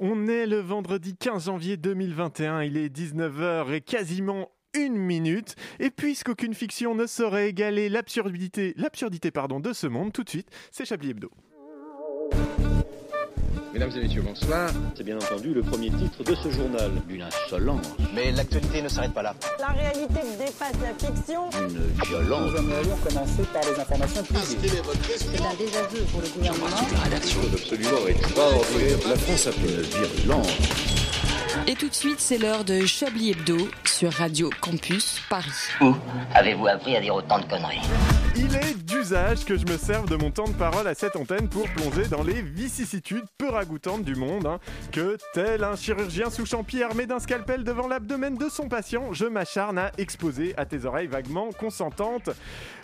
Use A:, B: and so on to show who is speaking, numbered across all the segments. A: On est le vendredi 15 janvier 2021, il est 19h et quasiment une minute. Et puisqu'aucune fiction ne saurait égaler l'absurdité, l'absurdité pardon, de ce monde, tout de suite, c'est Chablis Hebdo.
B: Mesdames et messieurs, bonsoir.
C: C'est bien entendu le premier titre de ce journal.
D: Une insolence,
E: Mais l'actualité ne s'arrête pas là.
F: La réalité dépasse la fiction.
D: une violence.
G: aimerions commencer par les informations publiques.
H: C'est un désaveu pour le gouvernement.
I: Et tout de suite, c'est l'heure de Chablis Hebdo sur Radio Campus Paris.
H: Où avez-vous appris à dire autant de conneries
A: Il est d'usage que je me serve de mon temps de parole à cette antenne pour plonger dans les vicissitudes peu ragoûtantes du monde. hein, que, tel un chirurgien sous champier armé d'un scalpel devant l'abdomen de son patient, je m'acharne à exposer à tes oreilles vaguement consentantes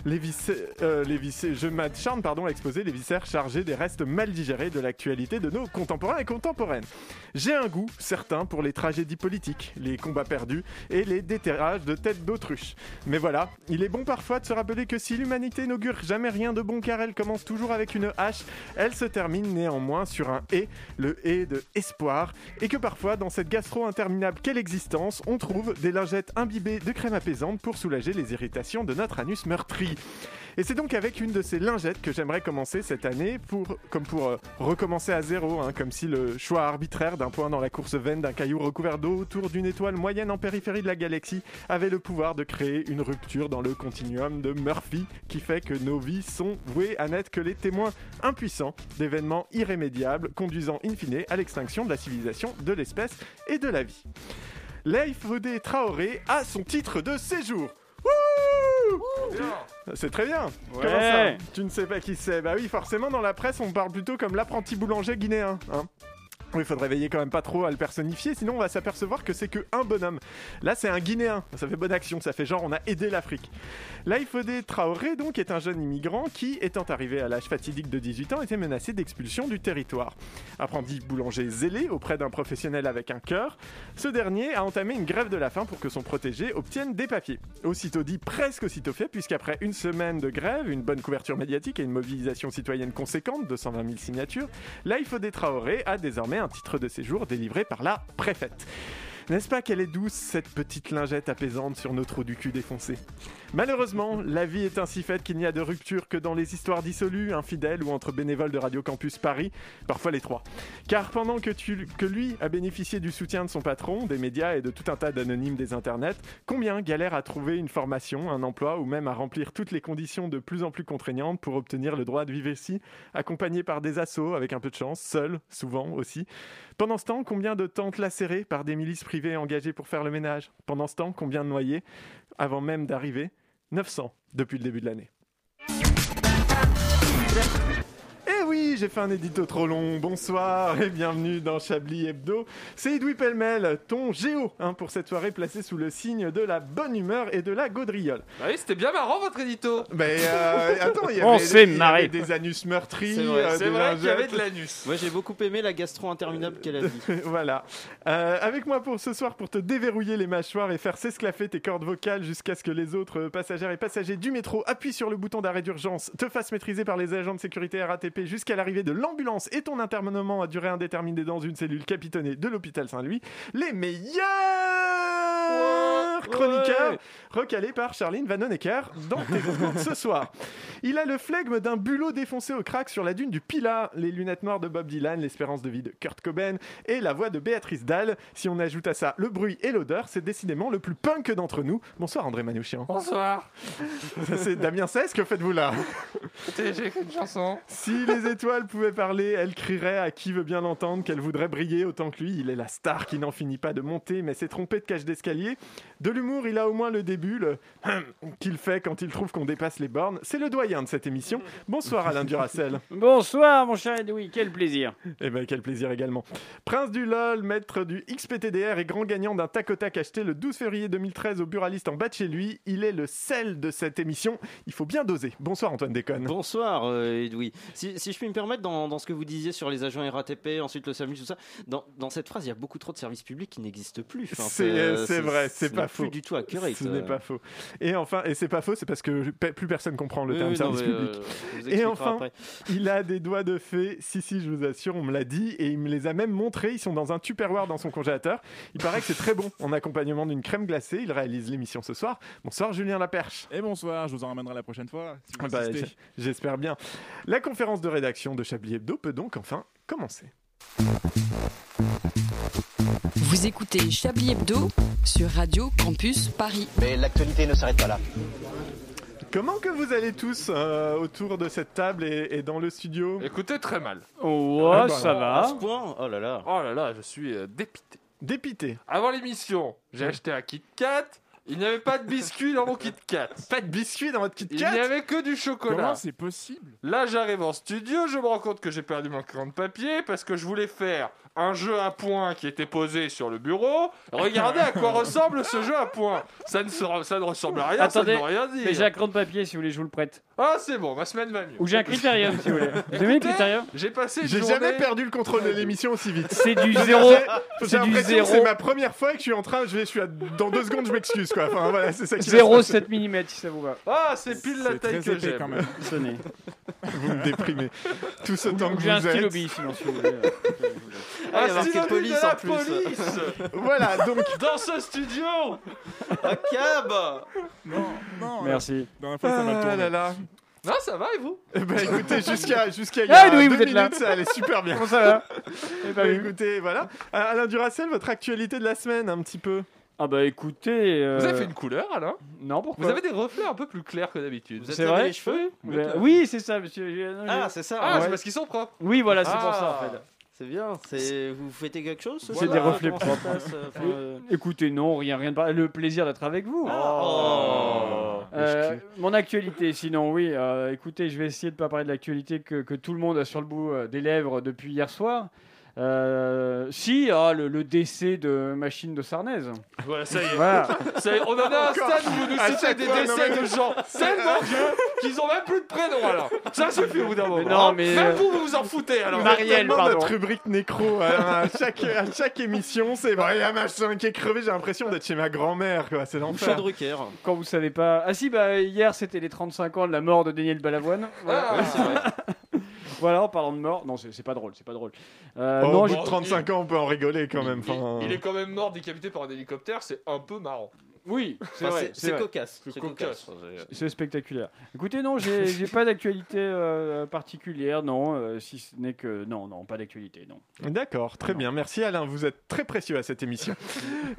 A: les viscères, euh, les viscères- je m'acharne pardon, à exposer les viscères chargés des restes mal digérés de l'actualité de nos contemporains et contemporaines. J'ai un goût certain pour les tragédies politiques, les combats perdus et les déterrages de têtes d'autruche. Mais voilà, il est bon parfois de se rappeler que si l'humanité n'augure jamais rien de bon car elle commence toujours avec une hache, elle se termine néanmoins sur un et, le et de espoir, et que parfois dans cette gastro interminable qu'est l'existence, on trouve des lingettes imbibées de crème apaisante pour soulager les irritations de notre anus meurtri. Et c'est donc avec une de ces lingettes que j'aimerais commencer cette année, pour, comme pour euh, recommencer à zéro, hein, comme si le choix arbitraire d'un point dans la course vaine d'un caillou recouvert d'eau autour d'une étoile moyenne en périphérie de la galaxie avait le pouvoir de créer une rupture dans le continuum de Murphy qui fait que nos vies sont vouées à n'être que les témoins impuissants d'événements irrémédiables conduisant in fine à l'extinction de la civilisation, de l'espèce et de la vie. Leif Odé Traoré a son titre de séjour. Wouh c'est très bien. Comment ça Tu ne sais pas qui c'est Bah oui, forcément, dans la presse, on parle plutôt comme l'apprenti boulanger guinéen. Hein oui, faudrait veiller quand même pas trop à le personnifier, sinon on va s'apercevoir que c'est que un bonhomme. Là, c'est un Guinéen. Ça fait bonne action, ça fait genre on a aidé l'Afrique. Laïfodé Traoré, donc, est un jeune immigrant qui, étant arrivé à l'âge fatidique de 18 ans, était menacé d'expulsion du territoire. Apprenti boulanger zélé auprès d'un professionnel avec un cœur, ce dernier a entamé une grève de la faim pour que son protégé obtienne des papiers. Aussitôt dit, presque aussitôt fait, puisqu'après une semaine de grève, une bonne couverture médiatique et une mobilisation citoyenne conséquente, 220 000 signatures, Laïfodé Traoré a désormais un titre de séjour délivré par la préfète. N'est-ce pas qu'elle est douce, cette petite lingette apaisante sur notre trou du cul défoncé Malheureusement, la vie est ainsi faite qu'il n'y a de rupture que dans les histoires dissolues, infidèles ou entre bénévoles de Radio Campus Paris, parfois les trois. Car pendant que, tu- que lui a bénéficié du soutien de son patron, des médias et de tout un tas d'anonymes des internets, combien galère à trouver une formation, un emploi ou même à remplir toutes les conditions de plus en plus contraignantes pour obtenir le droit de vivre ici, accompagné par des assauts, avec un peu de chance, seul, souvent aussi. Pendant ce temps, combien de tentes lacérées par des milices privées engagées pour faire le ménage Pendant ce temps, combien de noyés avant même d'arriver 900 depuis le début de l'année. Eh oui, j'ai fait un édito trop long. Bonsoir et bienvenue dans Chablis Hebdo. C'est Edoui Pellemel, ton géo hein, pour cette soirée placée sous le signe de la bonne humeur et de la gaudriole.
J: Bah oui, c'était bien marrant votre édito.
A: Mais euh, attends, il y avait,
K: On s'est
A: il y
K: marré.
A: avait des anus meurtris,
J: C'est vrai,
A: euh,
J: c'est
A: des
J: vrai qu'il y
A: lingettes.
J: avait de l'anus.
C: Moi j'ai beaucoup aimé la gastro interminable qu'elle a dit.
A: voilà. Euh, avec moi pour ce soir pour te déverrouiller les mâchoires et faire s'esclaffer tes cordes vocales jusqu'à ce que les autres euh, passagères et passagers du métro appuient sur le bouton d'arrêt d'urgence, te fassent maîtriser par les agents de sécurité RATP jusqu'à l'arrivée de l'ambulance et ton internement à durée indéterminée dans une cellule capitonnée de l'hôpital Saint-Louis, les meilleurs chroniqueurs recalés par Charline Vanhoenacker dans tes comptes ce soir. Il a le flegme d'un bulot défoncé au crack sur la dune du Pila, les lunettes noires de Bob Dylan, l'espérance de vie de Kurt Cobain et la voix de Béatrice Dalle. Si on ajoute à ça le bruit et l'odeur, c'est décidément le plus punk d'entre nous. Bonsoir André Manouchian.
J: Bonsoir.
A: Ça, c'est Damien Cesse, que faites-vous là
J: Écoutez, J'ai écrit une chanson.
A: Si les étoiles pouvaient parler, elles crieraient à qui veut bien l'entendre qu'elles voudraient briller autant que lui. Il est la star qui n'en finit pas de monter, mais s'est trompé de cage d'escalier. De l'humour, il a au moins le début, le hum qu'il fait quand il trouve qu'on dépasse les bornes. C'est le doyen de cette émission. Bonsoir Alain Duracel.
K: Bonsoir, mon cher Edoui, quel plaisir.
A: Eh ben quel plaisir également. Prince du LOL, maître du XPTDR et grand gagnant d'un tac au tac acheté le 12 février 2013 au buraliste en bas de chez lui, il est le sel de cette émission. Il faut bien doser. Bonsoir Antoine Déconne.
C: Bonsoir euh, Edoui. Si, si je puis me permettre, dans, dans ce que vous disiez sur les agents RATP, ensuite le SAMU, tout ça, dans, dans cette phrase, il y a beaucoup trop de services publics qui n'existent plus. Enfin, euh,
A: euh, C'est c'est vrai, c'est pas faux.
C: plus du tout accurate. euh.
A: Ce n'est
K: euh.
A: pas faux. Et enfin, et c'est pas faux, c'est parce que pe- plus personne comprend le terme service public.
C: euh, et
A: enfin-
C: enfin,
K: euh,
A: Il a des doigts de fée, si si, je vous assure, on me l'a dit, et il me les a même montrés, ils sont dans un tupperware dans son congélateur. Il paraît que c'est très bon, en accompagnement d'une crème glacée, il réalise l'émission ce soir. Bonsoir Julien Laperche.
B: Et bonsoir, je vous en ramènerai la prochaine fois. si vous
A: Ah bah,
B: insistez.
A: j- J'espère bien. La conférence de rédaction de Chablis Hebdo peut donc enfin commencer.
I: Vous écoutez Chablis Hebdo sur Radio Campus Paris.
E: Mais l'actualité ne s'arrête pas là.
A: Comment que vous allez tous euh, autour de cette table et, et dans le studio
J: Écoutez, très mal.
K: Oh,
A: Ah bah,
K: Eh ça
C: à
K: va.
C: ce point, oh là là.
J: Oh là là, je suis euh, dépité.
A: Dépité.
J: Avant l'émission, j'ai acheté un Kit Kat. Il n'y avait pas de biscuit dans mon Kit Kat.
A: Pas de biscuits dans votre Kit
J: Il n'y
A: Kat
J: avait que du chocolat.
B: Comment c'est possible
J: Là, j'arrive en studio, je me rends compte que j'ai perdu mon crayon de papier parce que je voulais faire un jeu à points qui était posé sur le bureau. Regardez à quoi ressemble ce jeu à points. Ça ne, se- ça ne ressemble à rien,
K: Attendez,
J: ça ne veut rien dire.
K: Mais j'ai un cran de papier si vous voulez, je vous le prête.
J: Ah, c'est bon, ma semaine va mieux.
K: Ou j'ai un critérium si vous voulez. Vous aimez le
J: Écoutez,
K: critérium
J: J'ai passé une
A: J'ai
J: journée...
A: jamais perdu le contrôle de l'émission aussi vite.
K: C'est
C: Ah,
K: du zéro.
A: J'ai
K: C'est du
A: l'impression que
K: zéro.
A: c'est ma première fois et que je suis en train, je, vais, je suis à- dans deux secondes, je m'excuse quoi. Enfin voilà, c'est ça qui va se passer.
K: 0,7 mm si ça vous va.
J: Ah, c'est pile la
B: C'est
J: taille
B: très
J: que
B: épais quand
J: j'aime. Ah,
B: même.
K: Sonnez.
A: Vous me déprimez. Tout ce temps que vous
K: J'ai un stylo
A: êtes.
K: bille sinon si vous voulez.
C: Ah, il y a
J: Un
C: marqué
J: stylo
C: police
J: de la
C: en plus.
J: police
A: Voilà, donc
J: Dans ce studio
C: Ah, cab
B: Non, non. euh,
K: Merci. Ah
B: La dernière fois, ça m'a tourné.
J: Non, ça va, et vous
A: Bah euh, écoutez, jusqu'à jusqu'à il y
K: Ah,
A: a
K: Louis,
A: deux
K: vous êtes là.
A: minutes, ça allait super bien.
K: Comment ça va Eh
A: Bah,
K: ben, oui.
A: écoutez, voilà. Euh, Alain Duracel, votre actualité de la semaine, un petit peu.
K: Ah bah écoutez. euh,
J: Vous avez fait une couleur, Alain
K: Non,
J: Vous
K: pourquoi
J: avez des reflets un peu plus clairs que d'habitude.
C: Vous êtes
K: C'est
C: lavé
K: vrai
C: les cheveux
K: Ouais. Oui, c'est ça, monsieur. J'ai- non, j'ai-
C: Ah, c'est ça.
J: Ah,
C: ouais.
J: c'est parce qu'ils sont propres.
K: Oui, voilà, c'est pour
J: Ah.
K: ça en fait.
C: C'est bien. C'est... Vous fêtez quelque chose ce
K: C'est
C: soir
K: des reflets
C: Comment ça
K: propres.
C: se passe, euh, enfin, euh,
K: Écoutez, non, rien, rien de pas. Le plaisir d'être avec vous.
B: Ah.
C: Oh.
K: Euh, mon actualité, sinon, oui. euh, écoutez, je vais essayer de ne pas parler de l'actualité que, que tout le monde a sur le bout euh, des lèvres depuis hier soir. Euh, si, ah, le, le décès de Machine de Sarnez.
J: Voilà, ça y est.
K: Voilà.
J: Ça y est, On en a un stade où vous nous
A: À
J: citez
A: chaque
J: des
A: fois,
J: décès
A: non, mais-
J: de gens tellement vieux qu'ils ont même plus de prénom, alors. Ça suffit au bout d'un moment.
K: Mais non,
J: hein.
K: mais- euh,
J: Même vous, vous vous en foutez, alors.
K: Marie- Ariel,
A: Tellement
K: pardon.
A: notre rubrique nécro euh, à, à chaque, à chaque émission, c'est vrai, il y a machin qui est crevé, j'ai l'impression d'être chez ma grand-mère, quoi, c'est
C: Ou chaud
A: l'enfer.
C: Drucker.
K: Quand vous savez pas. Ah si, bah, hier, c'était les 35 ans de la mort de Daniel Balavoine. Voilà,
J: Ah,
C: C'est vrai.
K: Voilà, en parlant de mort. Non, c'est c'est pas drôle, c'est pas drôle. Euh,
A: Oh,
K: non,
A: au
K: j'ai-
A: bout de 35 ans, on peut en rigoler quand même.
J: Il-
A: enfin,
J: Il, est quand même mort décapité par un hélicoptère, c'est un peu marrant.
K: Oui, c'est
C: Enfin,
K: vrai,
C: c'est-
K: c'est
C: c'est
K: vrai.
C: cocasse.
J: C'est
C: C'est
J: cocasse.
C: cocasse. Euh,
K: C'est spectaculaire. Écoutez, non, j'ai j'ai pas d'actualité euh, particulière, non, euh, si ce n'est que. Non, non, pas d'actualité, non.
A: Ah, D'accord, très bien, merci Alain, vous êtes très précieux à cette émission.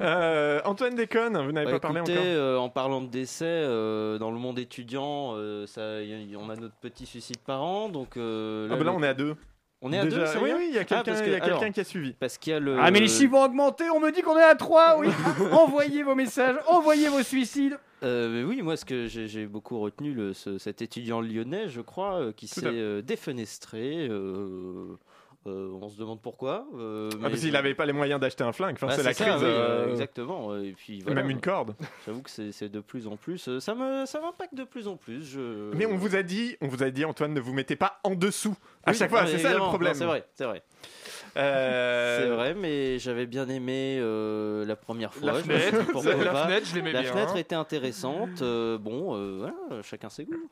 A: Euh, Antoine Déconne, vous n'avez
C: Bah,
A: pas parlé
C: écoutez,
A: encore
C: euh, en parlant de décès, euh, dans le monde étudiant, euh, ça, y- y- on a notre petit suicide par an, donc euh,
A: Ah bah là,
C: le-
A: on est à deux.
C: on est à
A: Déjà-
C: deux, c'est
A: Oui,
C: bien
A: oui, il y a quelqu'un
C: parce que-
A: il y a quelqu'un
C: alors.
A: qui a suivi.
C: Parce qu'il y a
A: Euh,
C: le.
K: Ah, mais les chiffres vont augmenter, on me dit qu'on est à 3, oui Envoyez vos messages, envoyez vos suicides
C: Euh, mais oui, moi, ce que j'ai j'ai beaucoup retenu, le, ce- cet étudiant lyonnais, je crois, euh, qui
A: Tout à
C: s'est euh, défenestré. euh, euh, on se demande pourquoi. euh,
A: Ah,
C: mais
A: parce
C: je-
A: qu'il n'avait pas les moyens d'acheter un flingue, enfin,
C: Bah,
A: c'est la
C: ça,
A: crise.
C: oui,
A: euh,
C: euh, exactement. euh, Et puis
A: et
C: voilà,
A: Même une corde.
C: j'avoue que c'est c'est de plus en plus. euh, Ça me, ça m'impacte de plus en plus. Je...
A: Mais on vous a dit, on vous a dit, Antoine, ne vous mettez pas en dessous à
C: Oui,
A: chaque
C: non,
A: fois.
C: mais
A: C'est ça le
C: évidemment,
A: problème.
C: non, C'est vrai, c'est vrai.
A: Euh,
C: C'est vrai, mais j'avais bien aimé euh, la première fois.
J: La
C: je me suis dit,
J: fenêtre,
C: pourquoi
J: la
C: pas.
J: fenêtre, je
A: eh
J: l'aimais
C: La
J: bien.
C: fenêtre
J: hein.
C: était intéressante. euh, bon, euh, voilà, chacun ses goûts.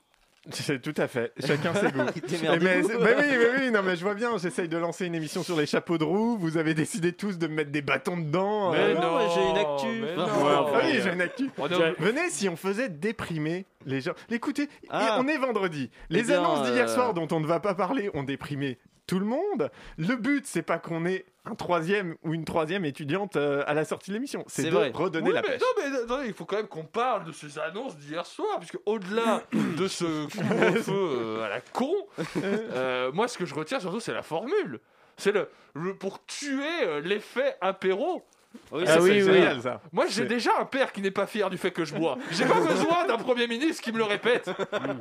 A: C'est tout à fait. Chacun ses goûts. Mais, mais-
C: Démerdez-vous.
A: mais ben, oui, mais oui, non, mais je vois bien. J'essaye de lancer une émission sur les chapeaux de roue. Vous avez décidé tous de me mettre des bâtons dedans.
J: Mais
A: euh,
C: non,
J: non,
C: mais j'ai une actu.
J: mais
C: Enfin,
J: non.
A: ouais,
J: non.
A: enfin, oui, j'ai une actu.
J: On est au-
A: Venez si on faisait déprimer les gens. Écoutez, et
C: Ah.
A: on est vendredi.
C: Eh
A: Les
C: bien,
A: annonces d'hier
C: euh,
A: soir dont on ne va pas parler ont déprimé tout le monde. Le but, c'est pas qu'on ait un troisième ou une troisième étudiante euh, à la sortie de l'émission. C'est
C: C'est
A: de
C: vrai.
A: redonner
J: Oui,
A: la
J: mais
A: pêche.
J: non, mais attendez, il faut quand même qu'on parle de ces annonces d'hier soir, puisque au-delà de ce couvre-feu euh, à la con, euh, moi ce que je retiens surtout c'est la formule. C'est le, le- pour tuer euh, l'effet apéro.
C: Oui,
K: Ah
A: Ça,
C: c'est-
K: oui,
A: c'est
K: oui.
A: génial, ça.
J: Moi j'ai
A: C'est-
J: déjà un père qui n'est pas fier du fait que je bois. J'ai pas besoin d'un premier ministre qui me le répète.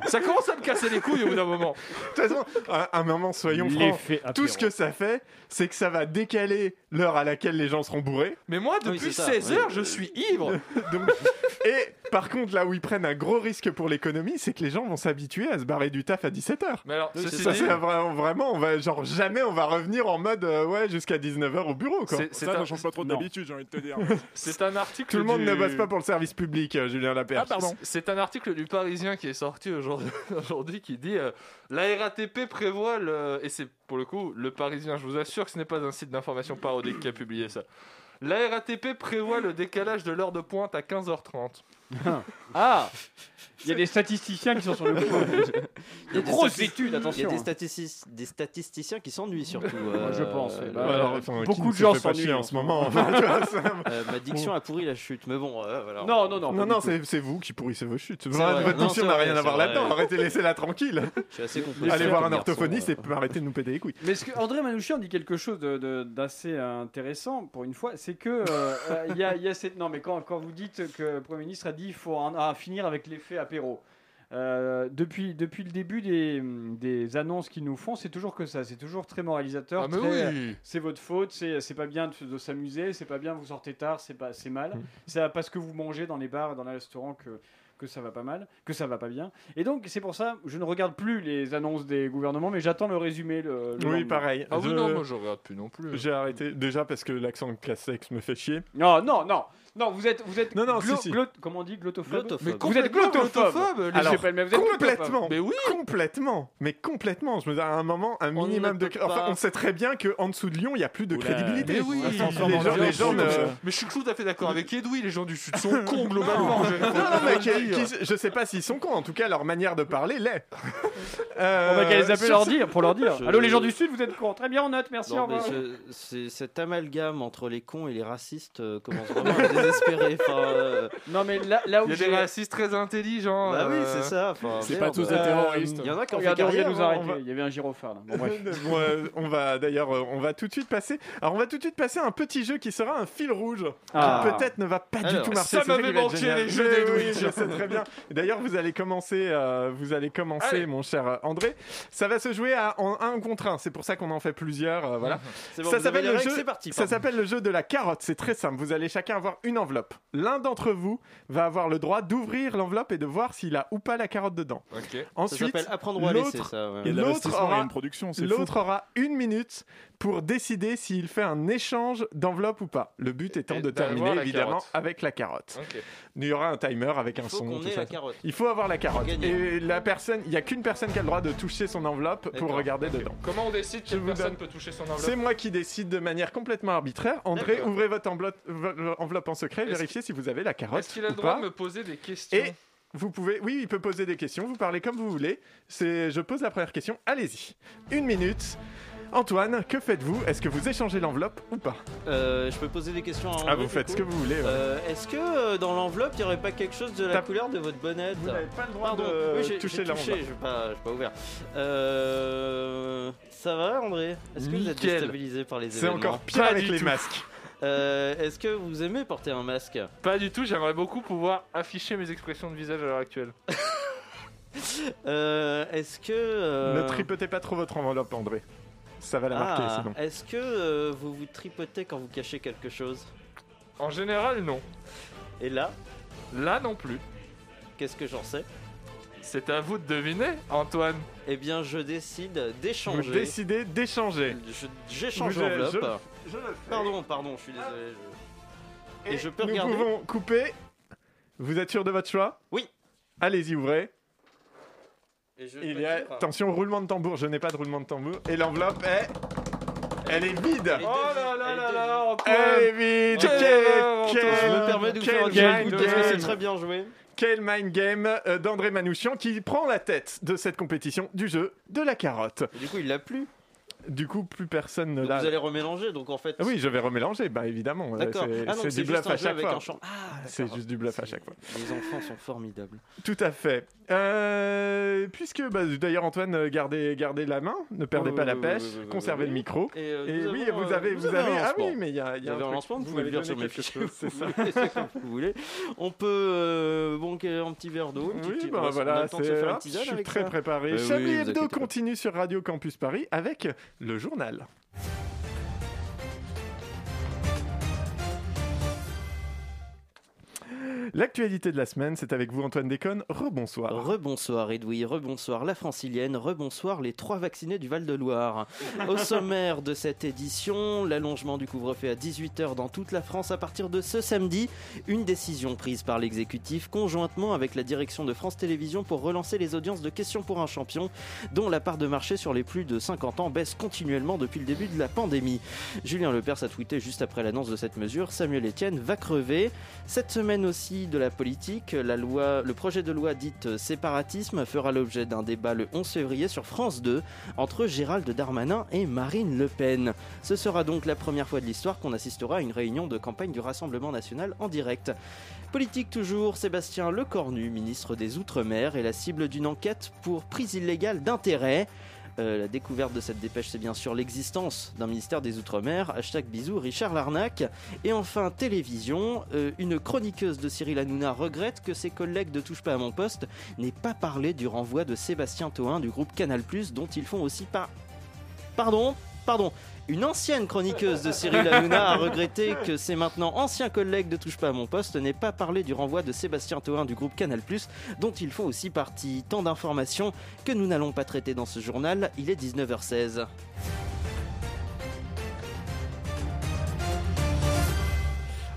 J: Ça commence à me casser les couilles au bout d'un moment.
A: De toute façon, à à un moment, soyons francs. Tout ce que ça fait, c'est que ça va décaler l'heure à laquelle les gens seront bourrés.
J: Mais moi
C: Oui,
J: depuis
C: c'est ça,
J: 16
C: oui.
J: heures je suis ivre.
A: Donc- Et par contre, là où ils prennent un gros risque pour l'économie, c'est que les gens vont s'habituer à se barrer du taf à 17h.
J: Mais alors
C: Oui,
J: ceci
C: c'est
A: Ça,
J: dit,
A: c'est vraiment, vraiment, on va, genre, jamais on va revenir en mode, euh, ouais, jusqu'à 19h au bureau, quoi.
J: c'est- c'est
B: Ça,
J: un-
B: ça change pas trop
K: Non.
B: d'habitude, j'ai envie envie de te dire.
J: C'est un article.
A: Tout le monde
J: du-
A: ne bosse pas pour le service public, euh, Julien
B: ah
A: Laperche.
B: pardon.
J: C'est un article du Parisien qui est sorti aujourd'hui aujourd'hui qui dit euh, la RATP prévoit le et c'est pour le coup le Parisien. Je vous assure que ce n'est pas un site d'information parodique qui a publié ça. La RATP prévoit le décalage de l'heure de pointe à 15h30.
K: Ah Il y a des statisticiens qui sont sur le coup.
C: Il y a des
K: Grosse
C: statistiques-
K: étude,
C: Il y a
K: attention.
C: des,
K: hein.
C: statistiques- des statisticiens qui s'ennuient surtout.
K: Moi, je
C: euh,
K: pense, ouais, bah,
A: Ouais, alors, enfin, qui
K: beaucoup
A: ne
K: de
A: se
K: gens
A: fait pas
K: s'ennuient
A: chier
K: en
A: en
K: ce
A: ce moment. enfin, tu vois, ça-
C: euh, ma diction a pourri la chute, mais bon. euh, voilà.
K: Non, non, non.
A: Non, non, c'est c'est vous qui pourrissez vos chutes.
C: vrai,
A: Votre
C: non,
A: notion
C: c'est
A: n'a
C: vrai,
A: rien à
C: c'est
A: voir
C: vrai.
A: là-dedans. Arrêtez, laissez-la tranquille.
C: Je suis assez complet.
A: Allez
C: comme
A: voir un
C: garçon,
A: orthophoniste
C: euh.
A: et arrêtez de nous péter les couilles.
K: Mais ce que André Manouchian dit quelque chose de- de- d'assez intéressant pour une fois, c'est que euh, euh, il y, a, il y a cette non mais quand, quand vous dites que le Premier ministre a dit il faut en, en finir avec l'effet apéro. euh, depuis, depuis le début des, des annonces qu'ils nous font, c'est toujours que ça, c'est toujours très moralisateur.
J: Ah mais
K: très-
J: oui.
K: C'est votre faute, c'est c'est pas bien de, de s'amuser, c'est pas bien, vous sortez tard, c'est pas c'est
A: Mm.
K: mal. C'est parce que vous mangez dans les bars et dans les restaurants que que ça va pas mal, que ça va pas bien. Et donc c'est pour ça, je ne regarde plus les annonces des gouvernements, mais j'attends le résumé. Le, le
A: Oui,
K: lendemain.
A: pareil.
J: Ah oui
A: Je-
J: non moi je regarde plus non plus.
A: J'ai arrêté déjà parce que l'accent cassex me fait chier.
K: Non, non, non, non, vous êtes vous êtes
A: Non, non,
K: glo-
A: si, si.
K: glo- comment on dit glottophobe.
C: Glottophobe.
J: Mais
C: Vous êtes
J: complètement
K: glottophobe.
J: glottophobe, les-
A: Alors,
K: Je sais pas, mais vous êtes glottophobe.
A: Complètement.
J: Mais oui.
A: Complètement, mais complètement. Je me dis à un moment, un
J: On
A: minimum
J: ne
A: de.
J: peut
A: Enfin,
J: pas.
A: on sait très bien que en dessous de Lyon, il n'y a plus de
B: Oula,
A: crédibilité.
J: mais oui.
A: Les
J: Ça
A: gens,
J: transforme
A: les
J: en
A: gens,
J: violence,
A: ne-
J: comme ça. Mais je suis tout à fait d'accord avec Edoui, les gens du Sud sont cons globalement.
A: Non, non, mais qui- qui- je sais pas s'ils sont cons. En tout cas, leur manière de parler l'est. Euh,
K: On va qu'à les appeler
A: sur
K: leur
A: ce-
K: dire, pour leur dire.
C: Je-
K: Allô les gens du sud, vous êtes cons. Très bien, on note, merci, au
C: Non, mais
K: revoir.
C: ce- c'est- cet amalgame entre les cons et les racistes euh, commence vraiment à me désespérer. Enfin, euh,
K: Non mais là, là
J: Il
K: où
J: y a
K: j'ai-
J: des racistes très intelligents.
C: bah oui,
J: euh,
C: c'est ça. enfin,
B: C'est
C: merde.
B: pas tous des
C: Euh,
B: terroristes.
C: Il y en a qui ont fait
K: Regardez, on vient
C: carrière.
K: nous
A: hein, on
K: arrêter.
A: va-
K: Il y avait un gyrophare. Là. Bon, bref.
A: Bon, euh, on va d'ailleurs, euh, on va tout de suite passer. Alors, on va tout de suite passer à un petit jeu qui sera un fil rouge.
K: Ah.
A: Qui peut-être ne va pas du
C: Alors,
A: tout marcher.
J: ça
A: C'est ça qui
J: m'avait
A: va être
J: manqué,
A: génial.
J: les jeux
A: Mais
J: des
A: oui,
J: Louis.
A: Je sais très bien. D'ailleurs, vous allez commencer, euh, vous allez commencer,
J: Allez.
A: mon cher André. Ça va se jouer à en un contre un. C'est pour ça qu'on en fait plusieurs. euh, voilà.
C: C'est
A: Ça
C: bon, vous avez
A: s'appelle
C: les
A: le
C: règles,
A: jeu-
C: C'est parti.
A: Ça
C: pardon.
A: s'appelle le jeu de la carotte, c'est très simple. Vous allez chacun avoir une enveloppe. L'un d'entre vous va avoir le droit d'ouvrir l'enveloppe et de voir s'il a ou pas la carotte dedans.
J: Ok.
C: Ça
A: Ensuite,
C: s'appelle apprendre à laisser
A: l'autre-
C: ça. ouais.
B: Il y a de
A: L'autre
B: l'investissement, il y
A: aura-
B: a une production, c'est fou.
A: l'autre aura une minute pour décider s'il fait un échange d'enveloppe ou pas. Le but étant
J: Et
A: de
J: d'avoir
A: terminer
J: la
A: évidemment
J: carotte.
A: avec la carotte.
J: Ok.
A: Il y aura un timer avec un
C: Il faut
A: son.
C: qu'on
A: tout
C: ait
A: ça.
C: la carotte.
A: Il faut avoir la carotte.
C: Gagner.
A: Et la personne, il n'y a qu'une personne qui a le droit de toucher son enveloppe pour
C: D'accord.
A: regarder
J: Ok.
A: dedans.
J: Comment on décide
A: Je
J: quelle
A: vous
J: personne
A: donne-
J: peut toucher son
A: C'est
J: enveloppe
A: moi qui décide de manière complètement arbitraire. André,
J: D'accord.
A: ouvrez votre enveloppe, vo- enveloppe en secret,
J: Est-ce
A: vérifiez si vous avez la carotte
J: Est-ce qu'il a le
A: ou
J: droit
A: pas.
J: de me poser des questions
A: Et vous pouvez, oui, il peut poser des questions. Vous parlez comme vous voulez. C'est, je pose la première question. Allez-y. Une minute. Antoine, que faites-vous Est-ce que vous échangez l'enveloppe ou pas
C: Euh, je peux poser des questions à
A: Ah,
C: André,
A: vous
C: du
A: faites
C: coup
A: ce que vous voulez. ouais.
C: Euh, Est-ce que euh, dans l'enveloppe, il n'y aurait pas quelque chose de la
A: T'as-
C: couleur de votre bonnette
A: vous n'avez pas le droit
C: Pardon,
A: de
C: oui, j'ai- j'ai
A: toucher
C: touché, je
A: l'enveloppe.
C: n'ai pas, j'ai pas ouvert. Euh, ça va, André Est-ce que vous êtes
J: Nickel.
C: déstabilisé par les
A: C'est
C: événements
A: encore pire
J: Pas
A: avec
J: du
A: les
J: tout.
A: masques.
C: Euh, Est-ce que vous aimez porter un masque
J: Pas du tout, j'aimerais beaucoup pouvoir afficher mes expressions de visage à l'heure actuelle.
C: Euh, Est-ce que... euh,
A: Ne tripotez pas trop votre enveloppe, André. Ça va la marquer,
C: Ah,
A: sinon.
C: Est-ce que euh, vous vous tripotez quand vous cachez quelque chose
J: En général, non.
C: Et là,
J: Là non plus.
C: qu'est-ce que j'en sais
J: C'est à vous de deviner, Antoine.
C: Eh bien, je décide
A: Vous
C: d'échanger.
A: décidez d'échanger.
C: Je- J'échange
A: Vous- je-
C: l'enveloppe.
A: Je le fais.
C: Pardon, pardon, je suis désolé. je- Et, je peux
A: nous
C: regarder
A: pouvons couper. Vous êtes sûr de votre choix
C: Oui.
A: Allez-y, ouvrez.
C: Et je
A: Il
C: peux
A: y a,
C: dire- euh,
A: attention, roulement de tambour. Je n'ai pas de roulement de tambour. Et l'enveloppe est. Elle est vide.
C: Elle est-
J: Oh là là là là,
A: Elle
J: Antoine
A: est vide.
J: Ouais.
A: Quel-
J: Je
A: quel-
C: Je me permets de vous
A: quel
C: faire un
A: mind
C: petit coup de parce que c'est
A: game.
C: très bien joué.
A: Quel mind game euh, d'André Manouchian qui prend la tête de cette compétition du jeu de la carotte.
C: Et du coup, il l'a plu.
A: Du coup, plus personne ne
C: Donc
A: l'a.
C: vous allez remélanger. Donc en fait,
A: Ah Oui, je vais remélanger, bah évidemment. euh,
C: d'accord.
A: C'est
C: Ah non,
A: c'est du
C: c'est
A: bluff
C: juste un
A: à
C: jeu
A: chaque
C: avec
A: fois.
C: un champ. Ah,
A: C'est
C: d'accord.
A: juste du bluff à chaque fois.
C: Les enfants sont formidables.
A: Tout à fait. Euh, puisque, bah, d'ailleurs, Antoine, euh, gardez, gardez la main, ne perdez
C: Oui,
A: pas
C: oui,
A: la
C: oui,
A: pêche,
C: oui, oui, oui,
A: conservez
C: oui.
A: le micro.
C: Et, euh,
A: Et
C: nous
A: oui,
C: avons,
A: vous
C: euh,
A: avez, vous avez,
C: un
A: ah
C: lancement.
A: oui, mais il y a, il y
C: Vous
A: a un
C: avez un
A: truc.
C: lancement, vous
A: Vous
C: pouvez le
A: m'avez
C: lire
A: donné
C: sur mes
A: quelque
C: fiches.
A: chose, c'est ça.
C: Comme vous voulez. On peut euh, bon, qu'un- un petit verre d'eau. une petite-
A: Oui,
C: on
A: bah
C: va- on a
A: voilà,
C: le temps de
A: c'est-
C: se faire une
A: hop, je
C: tisane
A: suis
C: avec
A: très
C: ça.
A: préparé.
C: Euh, oui,
A: Chablis
C: vous
A: Hebdo
C: inquiétez pas.
A: continue sur Radio Campus Paris avec le journal. L'actualité de la semaine, c'est avec vous Antoine Déconne. Rebonsoir.
C: Rebonsoir Edoui, rebonsoir la francilienne, rebonsoir les trois vaccinés du Val-de-Loire. Au sommaire de cette édition, l'allongement du couvre-feu à 18h dans toute la France à partir de ce samedi. Une décision prise par l'exécutif conjointement avec la direction de France Télévisions pour relancer les audiences de questions pour un champion, dont la part de marché sur les plus de 50 ans baisse continuellement depuis le début de la pandémie. Julien Lepers a tweeté juste après l'annonce de cette mesure Samuel Etienne va crever. Cette semaine aussi de la politique, la loi, le projet de loi dite séparatisme fera l'objet d'un débat le 11 février sur France 2 entre Gérald Darmanin et Marine Le Pen. Ce sera donc la première fois de l'histoire qu'on assistera à une réunion de campagne du Rassemblement national en direct. Politique toujours, Sébastien Lecornu, ministre des Outre-mer, est la cible d'une enquête pour prise illégale d'intérêt. Euh, la découverte de cette dépêche, c'est bien sûr l'existence d'un ministère des Outre-mer. Hashtag bisous, Richard Larnac. Et enfin, télévision. euh, une chroniqueuse de Cyril Hanouna regrette que ses collègues de Touche pas à mon poste n'aient pas parlé du renvoi de Sébastien Toin du groupe Canal, dont ils font aussi pas. Pardon, pardon. Une ancienne chroniqueuse de Cyril Hanouna a regretté que ses maintenant anciens collègues de Touche pas à mon poste n'aient pas parlé du renvoi de Sébastien Toin du groupe Canal, dont ils font aussi partie. Tant d'informations que nous n'allons pas traiter dans ce journal. Il est 19h16.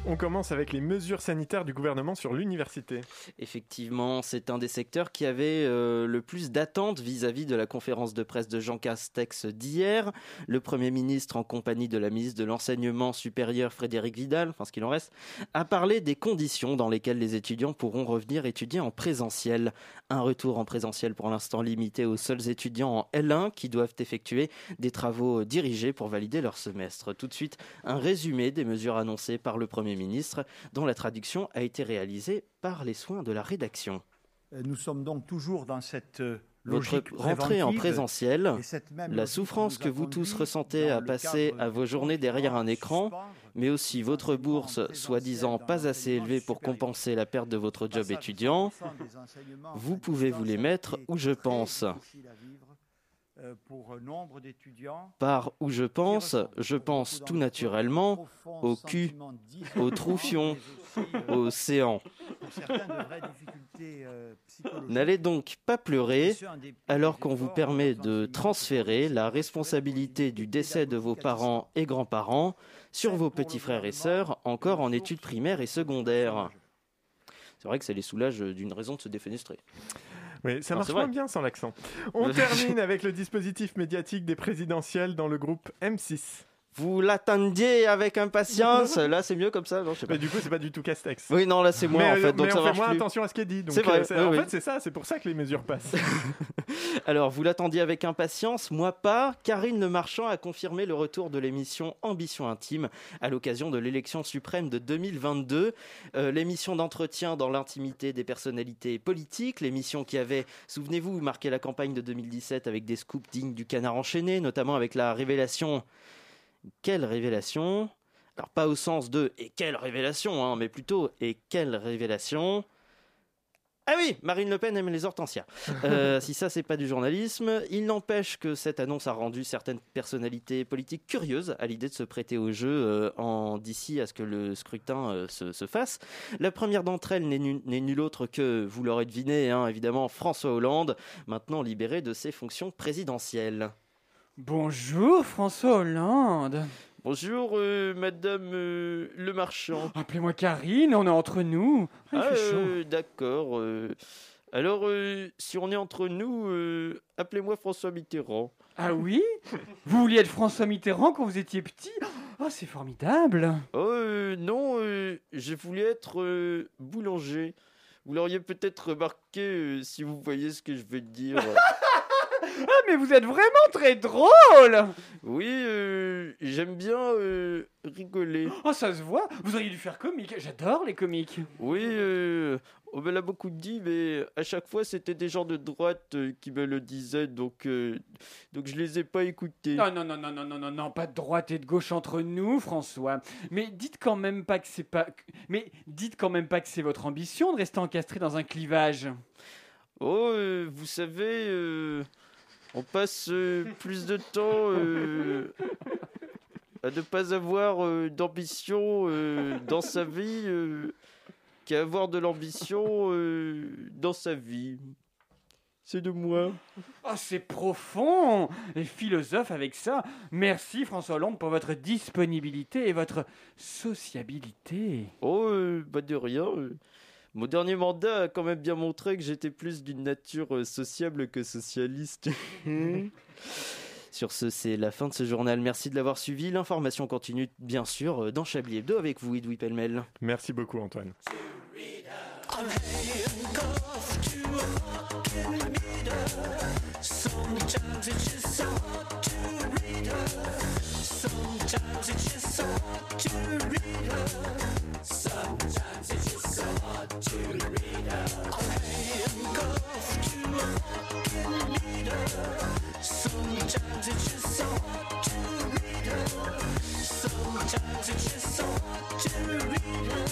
A: On commence avec les mesures sanitaires du gouvernement sur l'université.
C: Effectivement, c'est un des secteurs qui avait euh, le plus d'attentes vis-à-vis de la conférence de presse de Jean Castex d'hier. Le Premier ministre, en compagnie de la ministre de l'Enseignement supérieur Frédéric Vidal, enfin ce qu'il en reste, a parlé des conditions dans lesquelles les étudiants pourront revenir étudier en présentiel. Un retour en présentiel pour l'instant limité aux seuls étudiants en L1 qui doivent effectuer des travaux dirigés pour valider leur semestre. Tout de suite, un résumé des mesures annoncées par le Premier ministre, dont la traduction a été réalisée par les soins de la rédaction.
D: Euh, Nous sommes donc toujours dans cette euh,
C: Votre rentrée en présentiel, la souffrance que vous tous ressentez à passer à vos journées derrière un écran, mais aussi votre bourse soi-disant pas assez élevée pour compenser la perte de votre job étudiant, vous pouvez vous les mettre où je pense.
D: pour nombre d'étudiants.
C: Par où je pense, je pense tout naturellement au cul, au troufion, au séant.
D: euh,
C: N'allez donc pas pleurer alors qu'on vous permet de transférer la responsabilité du décès de vos parents et grands-parents sur vos petits frères et sœurs encore en études primaires et secondaires. C'est vrai que ça les soulage d'une raison de se défenestrer.
A: Oui, ça
C: Non,
A: marche
C: c'est vrai.
A: moins bien sans l'accent. On termine avec le dispositif médiatique des présidentielles dans le groupe M6.
C: Vous l'attendiez avec impatience. Là, c'est mieux comme ça. Non, je sais pas.
A: Mais du coup, c'est pas du tout Castex.
C: Oui, non, là, c'est moi
A: mais, euh,
C: en fait, donc
A: mais
C: ça
A: on fait
C: marche
A: moins
C: plus.
A: attention à ce qui est dit. donc,
C: C'est vrai,
A: euh,
C: oui,
A: en
C: oui.
A: fait, c'est ça, c'est pour ça que les mesures passent.
C: Alors, vous l'attendiez avec impatience, moi pas. Karine Le Marchand a confirmé le retour de l'émission Ambition Intime à l'occasion de l'élection suprême de 2022. Euh, l'émission d'entretien dans l'intimité des personnalités politiques, l'émission qui avait, souvenez-vous, marqué la campagne de 2017 avec des scoops dignes du canard enchaîné, notamment avec la révélation. Quelle révélation Alors, pas au sens de et quelle révélation, hein, mais plutôt et quelle révélation ah oui, Marine Le Pen aime les hortensias. Euh, si ça, c'est pas du journalisme. Il n'empêche que cette annonce a rendu certaines personnalités politiques curieuses à l'idée de se prêter au jeu euh, en d'ici à ce que le scrutin euh, se, se fasse. La première d'entre elles n'est nu- n'est nulle autre que, vous l'aurez deviné, hein, évidemment, François Hollande, maintenant libéré de ses fonctions présidentielles.
K: Bonjour François Hollande.
C: Bonjour, euh, madame euh, Le Marchand.
K: Appelez-moi Karine, on est entre nous. Ah,
C: Ah,
K: il fait chaud.
C: euh, d'accord. euh. Alors, euh, si on est entre nous, euh, appelez-moi François Mitterrand.
K: Ah oui Vous vouliez être François Mitterrand quand vous étiez petit Oh, c'est formidable.
C: Oh euh, non, euh, je voulais être euh, boulanger. Vous l'auriez peut-être remarqué euh, si vous voyez ce que je veux dire.
K: Ah, mais vous êtes vraiment très drôle
C: oui, euh, j'aime bien euh, rigoler.
K: Oh, ça se voit. Vous auriez dû faire comique. J'adore les comiques.
C: Oui, euh, on me l'a beaucoup dit, mais à chaque fois c'était des gens de droite euh, qui me le disaient, donc euh, donc je les ai pas écoutés.
K: Non, non, non, non, non, non, non, non, pas de droite et de gauche entre nous, François. Mais dites quand même pas que c'est pas. Mais dites quand même pas que c'est votre ambition de rester encastré dans un clivage.
C: Oh, euh, vous savez, euh, on passe euh, plus de temps euh, à ne pas avoir euh, d'ambition euh, dans sa vie euh, Marc, avoir de l'ambition euh, dans sa vie. C'est de moi.
K: Ah, c'est profond Et philosophe avec ça. Merci François Hollande pour votre disponibilité et votre sociabilité.
C: Oh, euh, bah de rien. euh. Mon dernier mandat a quand même bien montré que j'étais plus d'une nature euh, sociable que socialiste. Sur ce, c'est la fin de ce journal. Merci de l'avoir suivi. L'information continue, bien sûr, euh, dans Chablis Hebdo avec vous, Edoui Pellemel.
A: Merci beaucoup, Antoine.
L: Sometimes it's just so hard to read her. Sometimes it's just so hard to read her. Sometimes it's just so hard to read her. I'm handcuffed to a fucking leader. Sometimes it's just so hard to read her. Sometimes it's just so hard to read her.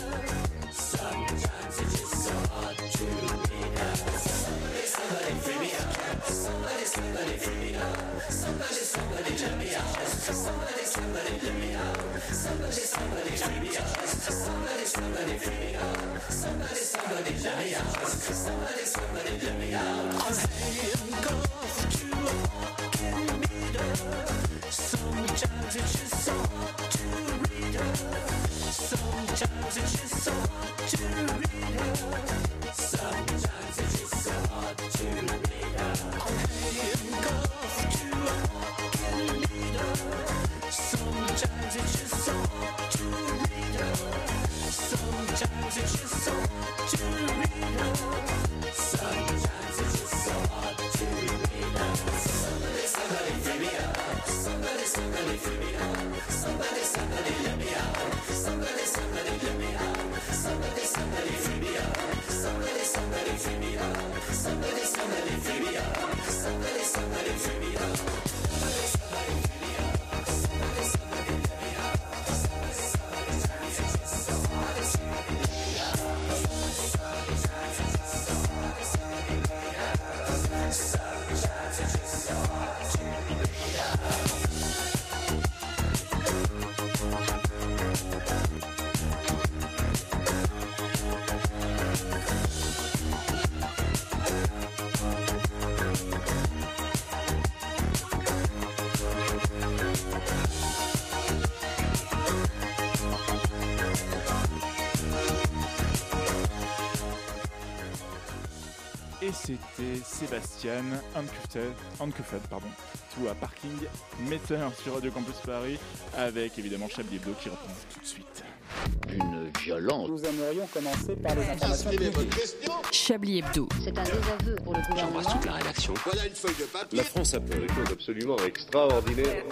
L: Sometimes it's just so hard to read her. Somebody, somebody free me up. Somebody, somebody free me up. Somebody, somebody let me out. Somebody, somebody let me out. Somebody, somebody free me up. Somebody, somebody free me up. Somebody, somebody let me out. Somebody, somebody let me out. I'm handcuffed to a fucking meter. Sometimes it's just so hard to read her. Sometimes it's just so hard to read her. Sometimes it's just so hard to read her. I'm handcuffed to a fucking leader. Sometimes it's just so hard to read her. Sometimes it's just so hard to read her. Sometimes it's just so hard to read her. Somebody, somebody free me up. Somebody, somebody free me up. Somebody, somebody let me out. Somebody, somebody let me out. Somebody, somebody free me up. Somebody, somebody free me up. Somebody, somebody free me up. Somebody, somebody free me up. Somebody, somebody free me up. Somebody, somebody let me out. Somebody, somebody let me out. Somebody, somebody let me out. Somebody, somebody let me out. Somebody, somebody let me out. Sometimes it's just so hard to read out.
B: Et c'était Sébastien Handcuffed, Handcuffed, pardon, tout à parking, metteur sur Radio Campus Paris, avec évidemment Chablis Hebdo qui reprend tout de suite. Une violence.
G: Nous aimerions commencer par les informations publiques.
I: Chablis Hebdo.
G: C'est un désaveu pour le gouvernement.
M: toute la rédaction. Voilà une feuille de papier. La France a fait des choses absolument extraordinaires.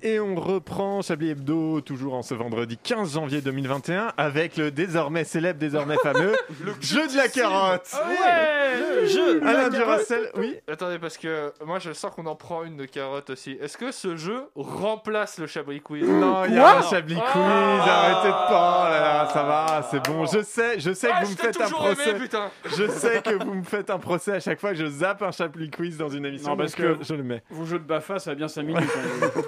A: Et on reprend Chablis Hebdo, toujours en ce vendredi 15 janvier 2021, avec le désormais célèbre, désormais fameux, jeu de la carotte
J: Ouais
A: Le jeu Alain
J: La carotte.
A: Duracell, oui
J: Attendez, parce que moi je sens qu'on en prend une de carotte aussi. Est-ce que ce jeu remplace le Chablis Quiz
A: Non, Oh, il y a un Chablis
C: Ah.
A: Quiz, arrêtez de pas, oh là là, ça va, c'est bon, je sais, je sais
J: Ah,
A: que vous me
J: je t'ai
A: faites un
J: toujours aimé,
A: procès.
J: putain.
A: je sais que vous me faites un procès à chaque fois que je zappe un Chablis Quiz dans une émission,
K: Non, parce
A: donc, euh,
K: que
A: je le mets.
K: Vos jeux de Bafa, ça a bien 5 minutes. hein.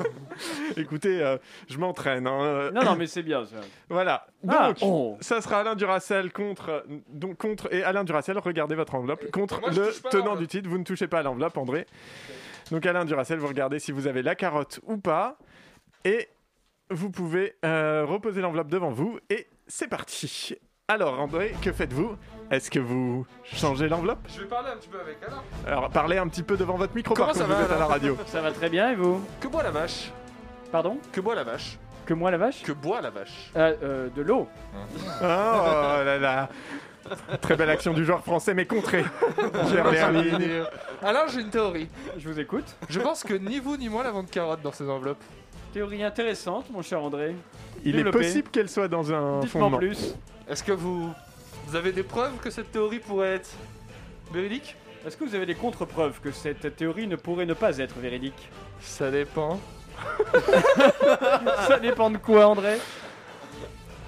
A: Écoutez, euh, je m'entraîne. hein, euh.
K: non, non, mais c'est bien ça.
A: Voilà. Donc,
K: Ah, oh.
A: ça sera Alain Duracel contre, donc contre et Alain Duracel. Regardez votre enveloppe contre
J: Moi, je
A: le
J: touche pas euh. à
A: tenant
J: l'enveloppe.
A: du titre. Vous ne touchez pas à l'enveloppe, André. Donc Alain Duracel, vous regardez si vous avez la carotte ou pas, et vous pouvez euh, reposer l'enveloppe devant vous. Et c'est parti. Alors André, que faites-vous Est-ce que vous changez l'enveloppe
J: Je vais parler un petit peu avec Alain.
A: Alors parlez un petit peu devant votre micro
J: Comment
A: par
J: ça
A: contre, vous
J: va,
A: êtes à la
J: alors
A: radio.
K: Ça va très bien et vous
J: Que boit la vache
K: Pardon
J: Que boit la vache
K: Que moi la vache
J: Que boit la vache
K: Euh, euh, De l'eau
A: Oh là là Très belle action du joueur français, mais contrée. Pierre Lermine.
J: Alain, j'ai une théorie.
K: Je vous écoute.
J: Je pense que ni vous ni moi n'avons de carotte dans ces enveloppes.
K: Théorie intéressante, mon cher André.
A: Il
K: Développez.
A: est possible qu'elle soit dans un
K: Dites-moi
A: fondement.
K: plus.
J: Est-ce que vous... vous avez des preuves que cette théorie pourrait être véridique
K: Est-ce que vous avez des contre-preuves que cette théorie ne pourrait ne pas être véridique
J: Ça dépend.
K: Ça dépend de quoi, André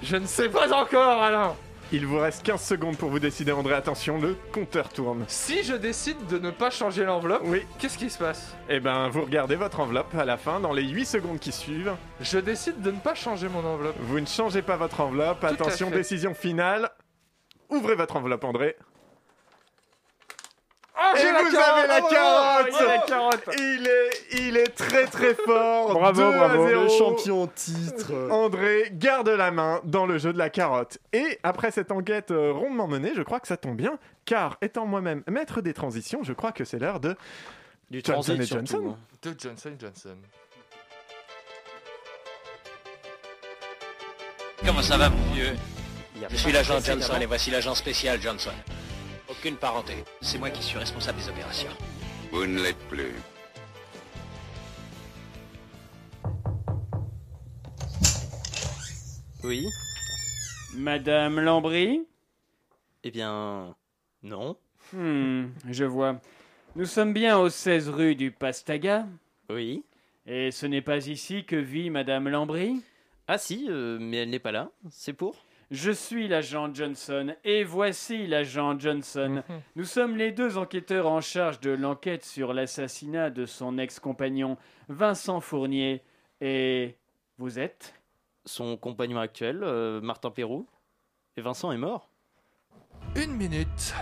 J: Je ne sais pas encore, Alain.
A: Il vous reste 15 secondes pour vous décider, André. Attention, le compteur tourne.
J: Si je décide de ne pas changer l'enveloppe,
A: Oui.
J: qu'est-ce qui se passe
A: Eh ben, vous regardez votre enveloppe à la fin, dans les 8 secondes qui suivent.
J: Je décide de ne pas changer mon enveloppe.
A: Vous ne changez pas votre enveloppe.
J: à
A: Attention,
J: fait.
A: décision finale. Ouvrez votre enveloppe, André.
L: Ah,
A: Et
L: j'ai
A: vous avez la carotte,
K: carotte.
A: Il est, il est très très fort.
N: Bravo,
A: 2
N: bravo.
A: à 0.
N: Le champion en titre.
A: André garde la main dans le jeu de la carotte. Et après cette enquête euh, rondement menée, je crois que ça tombe bien, car étant moi-même maître des transitions, je crois que c'est l'heure de
C: du
A: Johnson
C: transit
A: et
C: surtout,
A: Johnson.
C: hein.
J: De Johnson Johnson.
E: Comment ça va, mon vieux
C: y a
E: Je suis
C: pas
E: l'agent
C: de précédent.
E: Johnson et voici l'agent spécial Johnson. Aucune parenté. C'est moi qui suis responsable des opérations.
M: Vous ne l'êtes plus.
C: Oui.
K: Madame Lambry
C: Eh bien, non.
K: Hmm, je vois. Nous sommes bien au 16 rue du Pastaga
C: Oui.
K: Et ce n'est pas ici que vit Madame Lambry
C: Ah si, euh, mais elle n'est pas là. C'est pour
K: Je suis l'agent Johnson et voici l'agent Johnson. Nous sommes les deux enquêteurs en charge de l'enquête sur l'assassinat de son ex-compagnon Vincent Fournier et vous êtes
C: Son compagnon actuel, euh, Martin Perrou. Et Vincent est mort.
J: Une minute.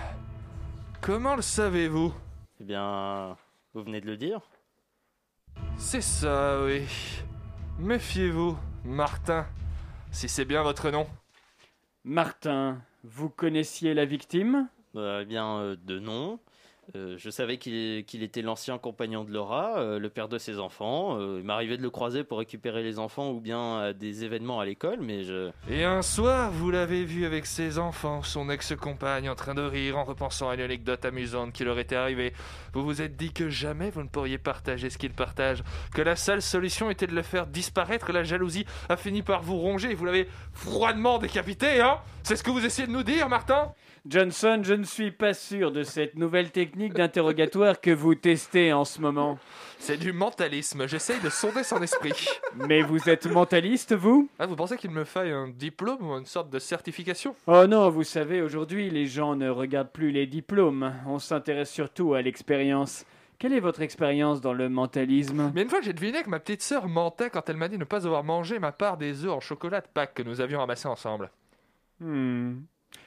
J: Comment le savez-vous
C: Eh bien, vous venez de le dire.
J: C'est ça, oui. Méfiez-vous, Martin. Si c'est bien votre nom.
K: Martin. Vous connaissiez la victime
C: Euh, eh bien, euh, de non. Euh, je savais qu'il qu'il était l'ancien compagnon de Laura, euh, le père de ses enfants. Euh, il m'arrivait de le croiser pour récupérer les enfants ou bien à des événements à l'école, mais je...
J: Et un soir, vous l'avez vu avec ses enfants, son ex-compagne, en train de rire en repensant à une anecdote amusante qui leur était arrivée. Vous vous êtes dit que jamais vous ne pourriez partager ce qu'il partage, que la seule solution était de le faire disparaître. La jalousie a fini par vous ronger et vous l'avez froidement décapité, hein C'est ce que vous essayez de nous dire, Martin
K: Johnson, je ne suis pas sûr de cette nouvelle technique d'interrogatoire que vous testez en ce moment.
J: C'est du mentalisme, j'essaye de sonder son esprit.
K: Mais vous êtes mentaliste, vous
J: Ah, vous pensez qu'il me faille un diplôme ou une sorte de certification
K: Oh non, vous savez, aujourd'hui, les gens ne regardent plus les diplômes. On s'intéresse surtout à l'expérience. Quelle est votre expérience dans le mentalisme
J: Mais une fois, j'ai deviné que ma petite sœur mentait quand elle m'a dit ne pas avoir mangé ma part des œufs en chocolat de Pâques que nous avions ramassés ensemble.
K: Hmm.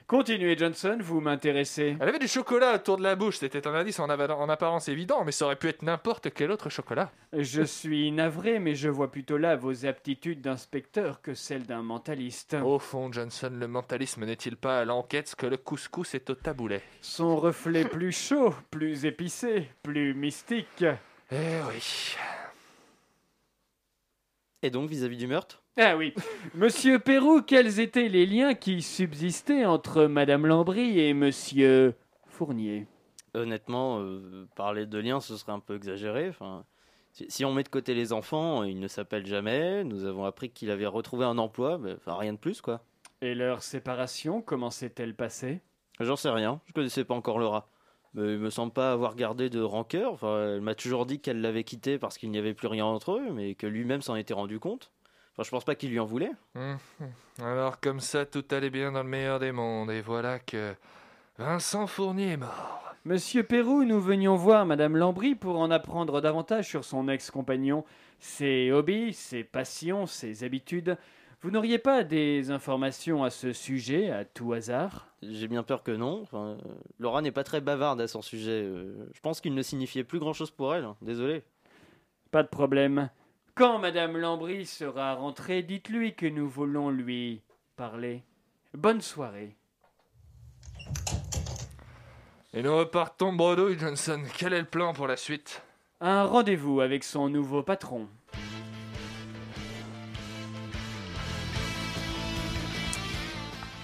K: Continuez, Johnson, vous m'intéressez.
J: Elle avait du chocolat autour de la bouche, c'était un indice en, ava- en apparence évident, mais ça aurait pu être n'importe quel autre chocolat.
K: Je suis navré, mais je vois plutôt là vos aptitudes d'inspecteur que celles d'un mentaliste.
J: Au fond, Johnson, le mentalisme n'est-il pas à l'enquête ce que le couscous est au taboulet
K: Son reflet plus chaud, plus épicé, plus mystique.
J: Eh oui.
C: Et donc, vis-à-vis du meurtre
K: Ah oui. Monsieur Pérou, quels étaient les liens qui subsistaient entre Madame Lambry et Monsieur Fournier
C: Honnêtement, euh, parler de lien, ce serait un peu exagéré. Enfin, si, si on met de côté les enfants, il ne s'appelle jamais. Nous avons appris qu'il avait retrouvé un emploi. mais, enfin, rien de plus, quoi.
K: Et leur séparation, comment s'est-elle passée
C: J'en sais rien. Je connaissais pas encore Laura. Mais il me semble pas avoir gardé de rancœur. Enfin, elle m'a toujours dit qu'elle l'avait quitté parce qu'il n'y avait plus rien entre eux, mais que lui-même s'en était rendu compte. Enfin, je pense pas qu'il lui en voulait.
J: Mhm. Alors comme ça, tout allait bien dans le meilleur des mondes, et voilà que Vincent Fournier est mort.
K: Monsieur Pérou, nous venions voir Madame Lambry pour en apprendre davantage sur son ex-compagnon, ses hobbies, ses passions, ses habitudes. Vous n'auriez pas des informations à ce sujet, à tout hasard
C: J'ai bien peur que non. Enfin, euh, Laura n'est pas très bavarde à son sujet. Euh, je pense qu'il ne signifiait plus grand-chose pour elle. hein. Désolé.
K: Pas de problème. Quand Madame Lambry sera rentrée, dites-lui que nous voulons lui parler. Bonne soirée.
J: Et nous repartons bredouille, Johnson. Quel est le plan pour la suite
K: Un rendez-vous avec son nouveau patron.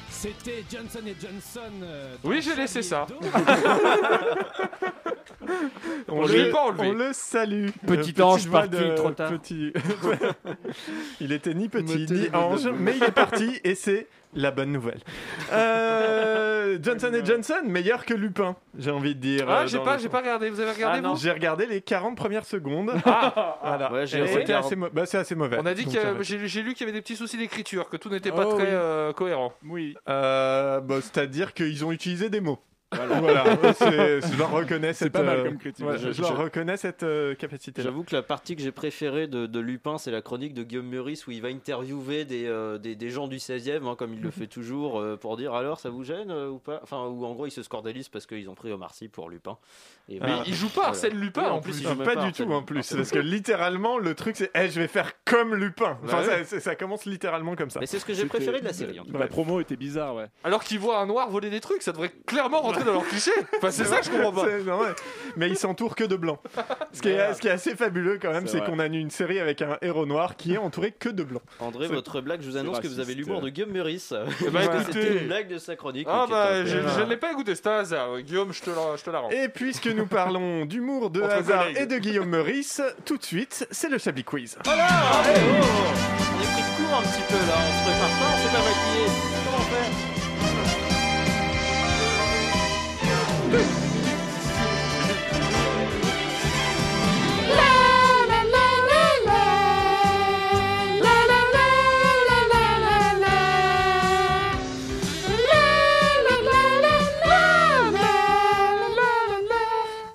O: C'était Johnson et Johnson. euh, dans
J: Oui, j'ai laissé ça.
O: Charlie Hebdo.
J: On lui
A: le-
J: parle, lui.
A: on le salue. Euh,
K: Petit
A: Le
K: ange
A: doigt
K: parti trop tard.
A: petit- il était ni petit
K: Mettez-le
A: ni
K: debout.
A: ange, mais il est parti et c'est la bonne nouvelle. Euh, Johnson et Johnson, meilleur que Lupin, j'ai envie de dire.
J: Ah,
A: euh,
J: j'ai
A: dans
J: pas,
A: le- Ah,
J: j'ai pas regardé. Vous avez regardé vous
A: J'ai regardé les 40 premières secondes. voilà.
J: Ouais, j'ai
A: Et
J: regardé.
A: c'était assez mo- bah, c'est assez mauvais.
J: Ah. On a dit
A: Donc,
J: que
A: ça va.
J: j'ai j'ai lu qu'il y avait des petits soucis d'écriture, que tout n'était pas
A: Oh,
J: très
A: oui.
J: euh, cohérent. Oui.
A: Euh, bah, C'est-à-dire qu'ils ont utilisé des mots. Voilà, c'est- je leur reconnais
B: C'est
A: cette,
B: pas mal
A: euh,
B: comme critique.
A: ouais, je,
C: Je-
A: leur
C: je-
A: reconnais cette euh, capacité.
C: J'avoue que la partie que j'ai préférée de, de Lupin, c'est la chronique de Guillaume Meurice où il va interviewer des, euh, des, des gens du 16e, hein, comme il
J: Mhm.
C: le fait toujours, euh, pour dire alors ça vous gêne euh, ou pas Enfin, ou en gros, ils se scandalisent parce qu'ils ont pris Omar Sy pour Lupin. Et
A: Ah.
C: voilà. Voilà. Oui,
A: il joue pas, du
C: Arsène
A: tout en
C: Lupin.
A: plus, parce que littéralement le truc c'est, Eh, je vais faire comme Lupin. Enfin,
J: Bah
A: ça-
J: ouais.
A: ça, ça commence littéralement comme ça.
C: Mais c'est ce que j'ai
A: C'était-
C: préféré de la série, en tout cas.
A: Ouais.
B: promo était bizarre, ouais.
J: Alors qu'ils voient un noir voler des trucs, ça devrait clairement rentrer dans leur cliché. Enfin, c'est ça, je comprends pas.
A: C'est- non, ouais. Mais ils s'entourent que de blancs. Ce qui, est, ce qui est assez fabuleux quand même,
C: C'est
A: c'est
C: vrai.
A: qu'on a une série avec un héros noir qui est entouré que de blancs.
C: André,
A: C'est-
C: votre blague, je vous
A: c'est
C: annonce que vous avez
A: raciste.
C: l'humour de Guillaume Meurice.
J: Eh ben,
C: Parce que
J: écoutez.
C: C'était une blague de sa chronique.
J: Ah
C: qui était un
J: bah,
C: peu- euh,
J: je je ne l'ai pas écouté, c'est un hasard. Guillaume, je te la, je te la rends.
A: Et puisque nous parlons d'humour, de
J: Entre
A: hasard
J: collègues.
A: et de Guillaume Meurice, tout de suite, c'est le Chablis Quiz.
C: Voilà allez, oh, On est pris de court un petit peu là, on se prépare pas, on s'est pas maquillé. Comment faire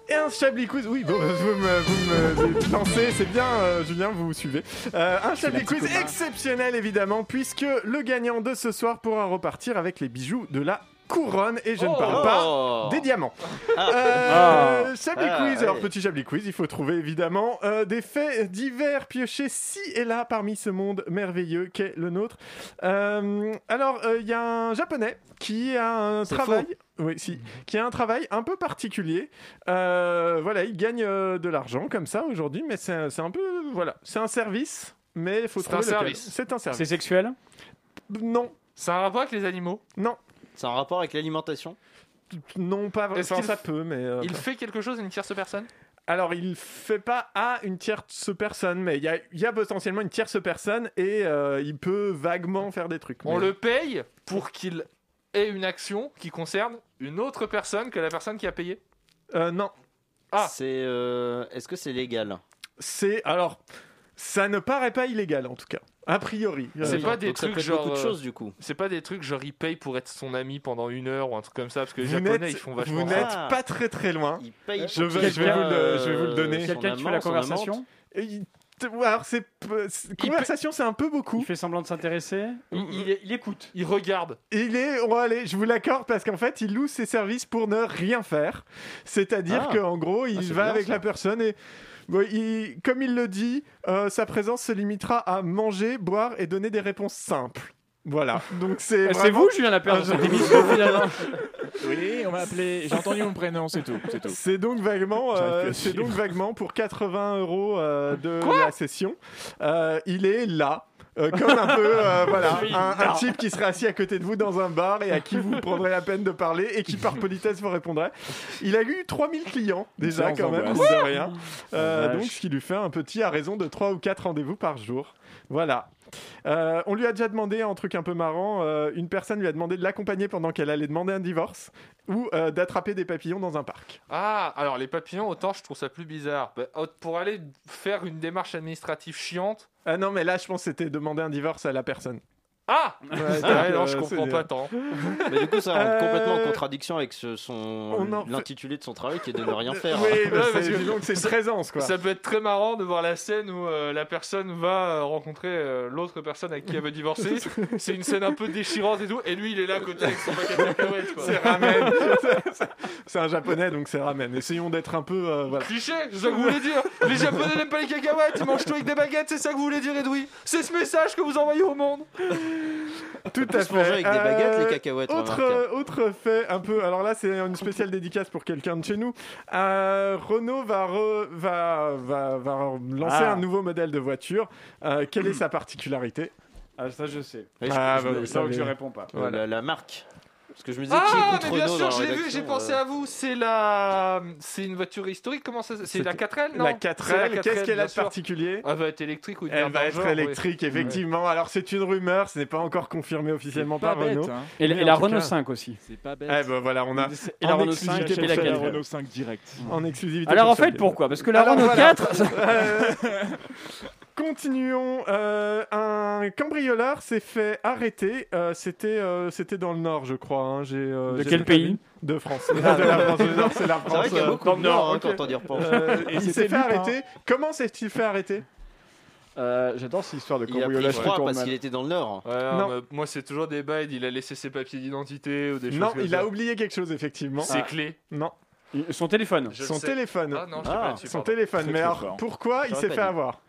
A: Et un Chablis Quiz, oui, bon, bah, vous me, vous me lancez, c'est bien, euh, Julien, vous suivez. Euh, un
B: C'est la
A: Chablis
B: petite
A: Quiz
B: Omar.
A: exceptionnel, évidemment, puisque le gagnant de ce soir pourra repartir avec les bijoux de la couronne, et je ne parle
B: Oh.
A: pas des diamants. Euh,
B: Ah.
A: Chablis
B: Ah,
A: Quiz, alors
B: ouais.
A: petit Chablis Quiz, il faut trouver évidemment euh, des faits divers piochés ci et là parmi ce monde merveilleux qu'est le nôtre. Euh, alors, euh, il y a un japonais qui a un
B: C'est
A: travail.
B: faux.
A: Oui, si. Qui a un travail un peu particulier. Euh, voilà, il gagne euh, de l'argent comme ça aujourd'hui, mais c'est un- c'est un peu. Voilà, c'est un service, mais il faut
J: C'est un
A: trouver lequel.
J: service.
A: C'est un service.
K: C'est sexuel
A: Non.
J: C'est un rapport avec les animaux
A: Non.
C: C'est un rapport avec l'alimentation
A: Non, pas
J: Est-ce
A: vraiment.
J: qu'il
A: Ça
J: f-
A: peut, mais. euh,
J: Il fait quelque chose à une tierce personne
A: Alors, il fait pas à une tierce personne, mais il y a, il y a potentiellement une tierce personne et euh, il peut vaguement faire des trucs.
J: On
A: Mais-
J: le paye pour qu'il ait une action qui concerne une autre personne que la personne qui a payé
A: Euh, non.
J: Ah.
C: C'est. euh, Est-ce que c'est légal
A: C'est alors, ça ne paraît pas illégal en tout cas, a priori.
J: C'est
A: Euh,
J: pas des
C: donc ça
J: trucs
C: peut être
J: genre.
C: beaucoup de
J: euh,
C: choses, du coup.
J: C'est pas des trucs genre il paye pour être son ami pendant une heure ou un truc comme ça parce que les
A: Vous
J: japonais
A: n'êtes-
J: ils font vachement
A: vous
J: ça.
A: n'êtes pas très très loin.
C: paye pour
A: hein Je vais,
C: qu'il
A: je vais vous le,
C: soit,
A: je vais vous le
C: euh,
A: donner.
C: Quelqu'un son qui fait la amant, son conversation amante.
A: Et il- t- ouais, Alors c'est peu- c'est- conversation, c'est un peu beaucoup.
K: Il fait semblant de s'intéresser. Il, il- il écoute.
J: Il regarde.
A: Il est, on va aller, je vous l'accorde parce qu'en fait, il loue ses services pour ne rien faire. C'est-à-dire
B: Ah.
A: qu'en gros, il
B: Ah, c'est
A: va
B: bien,
A: avec
B: ça.
A: la personne et bon, il- comme il le dit, euh, sa présence se limitera à manger, boire et donner des réponses simples. Voilà. Donc c'est.
K: Eh, C'est
A: vraiment-
K: vous, Julien Lapierre,
A: Ah,
K: dans
A: je-
K: cette émission, finalement.
B: Oui, on m'a appelé. J'ai entendu mon prénom, c'est tout. C'est tout.
A: C'est donc vaguement,
B: J'arrive
A: euh,
B: plus à
A: c'est
B: suivre.
A: donc vaguement pour 80 euros euh, de la session. Euh, il est là. Euh, comme un peu, euh, voilà,
B: Oui,
A: un, un
B: là.
A: type qui serait assis à côté de vous dans un bar et à qui vous prendrez la peine de parler et qui, par politesse, vous répondrait. Il a eu 3000 clients déjà,
B: Une séance
A: quand même,
B: d'angoisse.
A: mine de rien. Euh,
B: La vache.
A: donc, ce qui lui fait un petit à raison de 3 ou 4 rendez-vous par jour. Voilà. Euh, on lui a déjà demandé un truc un peu marrant. euh, une personne lui a demandé de l'accompagner pendant qu'elle allait demander un divorce ou euh, d'attraper des papillons dans un parc.
J: Ah, alors les papillons, autant je trouve ça plus bizarre. Bah, autant pour aller faire une démarche administrative chiante.
A: Ah non, mais là, je pense que c'était demander un divorce à la personne.
J: Ah
A: Ouais,
J: Ah ouais,
A: donc,
J: non,
A: euh,
J: je comprends
A: c'est-
J: pas tant.
C: Mais du coup, ça rentre
A: Euh,
C: complètement en contradiction avec ce- son
A: on en fait-
C: l'intitulé de son travail qui est de ne rien faire.
A: Oui, bah,
J: Ouais, parce
A: c'est-
J: que-
A: dis donc, c'est une présence, quoi.
J: Ça peut être très marrant de voir la scène où euh, la personne va euh, rencontrer euh, l'autre personne avec qui elle veut divorcer. C'est une scène un peu déchirante et tout. Et lui, il est là à côté avec son paquet de cacahuètes. quoi.
A: C'est ramen. c'est un japonais, donc c'est ramen. Essayons d'être un peu. euh, voilà.
J: Cliché, c'est ça que vous voulez dire Les Japonais n'aiment pas les cacahuètes, ils mangent tout avec des baguettes, c'est ça que vous voulez dire, Edoui C'est ce message que vous envoyez au monde
A: Tout
C: On
A: à
C: se mangeait
A: fait. Euh,
C: avec des baguettes, les cacahuètes,
A: Autre, euh,
C: remarque.
A: autre fait, un peu. Alors là, c'est une spéciale dédicace pour quelqu'un de chez nous. Euh, Renault va, re- va, va, va lancer
K: Ah.
A: un nouveau modèle de voiture. Euh, quelle est sa particularité
K: Ah, ça, je sais.
C: Oui, je-
A: Ah, bah,
C: je- je-
A: vous
C: là où
A: savez.
C: je
K: réponds pas.
A: Voilà.
C: La, la marque. Parce que je me disais qui
J: Ah,
C: écoute
J: mais bien
C: Renault
J: sûr,
C: dans
J: je
C: la
J: l'ai vu, j'ai
C: rédaction,
J: pensé
C: euh,
J: à vous. C'est la. C'est une voiture historique, comment ça C'est la 4L, non
A: La
J: C'est la
A: 4L, qu'est-ce
J: 4L,
A: qu'elle
J: bien
A: a de
J: sûr.
A: particulier
J: Elle va être électrique ou une
A: Elle
J: merde
A: va
J: dans
A: être
J: le genre, oui.
A: électrique, effectivement. Alors, c'est une rumeur, ce n'est pas encore confirmé officiellement
B: pas
A: par
B: bête,
A: Renault.
B: hein.
K: Et, la-
A: Mais
K: et la
A: en tout
K: Renault
A: cas-
K: 5 aussi.
B: C'est pas
A: Eh ben voilà, on a
K: Et la
A: en
K: Renault
A: exclusivité
K: 5 et
A: pour
K: la
A: Chablis.
K: 4L.
B: Renault 5 direct.
A: En exclusivité.
K: Alors,
A: pour
K: en fait,
A: Chablis.
K: pourquoi Parce que la
A: Alors,
K: Renault
A: voilà.
K: 4,
A: Euh, Continuons. Euh, un cambrioleur s'est fait arrêter. Euh, c'était, euh, c'était dans le Nord, je crois. hein. J'ai, euh,
K: De
A: j'ai
K: quel
A: pas
K: pays
A: vu. De France. Euh, Ah, De la France. Le Nord, c'est la
K: C'est
A: France.
K: vrai qu'il y a
A: euh,
K: beaucoup de
A: dans le
K: Nord, hein,
A: ok.
K: quand on y repense.
A: Euh,
K: Et
A: il
K: c'était
A: s'est fait
K: Lupin.
A: arrêter. Comment s'est-il fait arrêter
K: J'adore cette histoire de
A: Il a pris
K: cambriolage
A: froid
K: qui tourne
A: parce
K: mal.
A: qu'il
C: était dans le Nord.
A: Non.
J: moi, c'est toujours des bails. Il a laissé ses papiers d'identité ou des choses
A: Non,
J: comme
A: il
J: ça.
A: a oublié Ah. quelque chose, effectivement.
J: Ses clés
A: Non.
K: Son téléphone.
J: Je le
A: Son
J: sais.
A: téléphone.
J: Ah non, je l'ai pas là-dessus,
A: son
J: pardon.
A: téléphone.
K: Très,
A: Mais
K: très
A: alors,
K: fort.
A: pourquoi il
K: J'aurais
A: s'est
K: pas
A: fait
K: dit.
A: avoir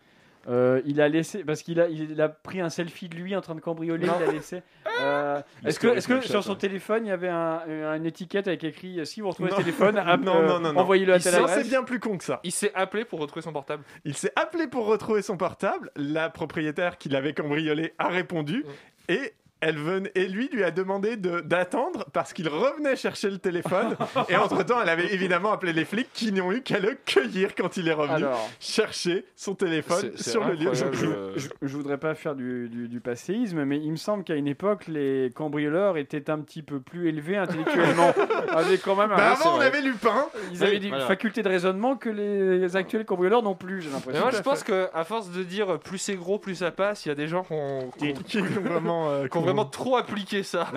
K: Euh, il a laissé parce qu'il a il a pris un selfie de lui en train de cambrioler.
A: Non.
K: Il a laissé. Euh,
A: Il
K: est-ce que
A: scorait
K: est-ce que
A: Snapchat,
K: sur son
A: hein.
K: téléphone il y avait un, une étiquette avec écrit euh, si vous retrouvez
A: Non.
K: ce téléphone ah,
A: Non,
K: euh,
A: non, non, non.
K: envoyez-le à
A: Il
K: telle
A: s'en-
K: adresse.
A: C'est bien plus con que ça.
J: Il s'est appelé pour retrouver son portable.
A: Il s'est appelé pour retrouver son portable. La propriétaire qui l'avait cambriolé a répondu
K: Mm.
A: et elle venait, et lui lui a demandé de- d'attendre parce qu'il revenait chercher le téléphone. et entre-temps, elle avait évidemment appelé les flics qui n'ont eu qu'à le cueillir quand il est revenu
K: Alors.
A: chercher son téléphone
K: C'est- c'est
A: sur le lieu.
K: incroyable.
J: euh.
K: Je, je- je voudrais pas faire du, du- du passéisme, mais il me semble qu'à une époque, les cambrioleurs étaient un petit peu plus élevés intellectuellement. avec quand même un-
A: Bah
K: Ouais, c'est
A: avant, on
K: vrai.
A: avait Lupin.
K: Ils avaient
J: Oui,
K: des
J: voilà.
K: facultés de raisonnement que les, les actuels cambrioleurs n'ont plus, j'ai l'impression.
J: Mais moi, je pense que à force de dire euh, plus c'est gros, plus ça passe, il y a des gens qui ont, qui ont-
A: qui ont vraiment, euh,
J: qui ont vraiment trop appliqué ça.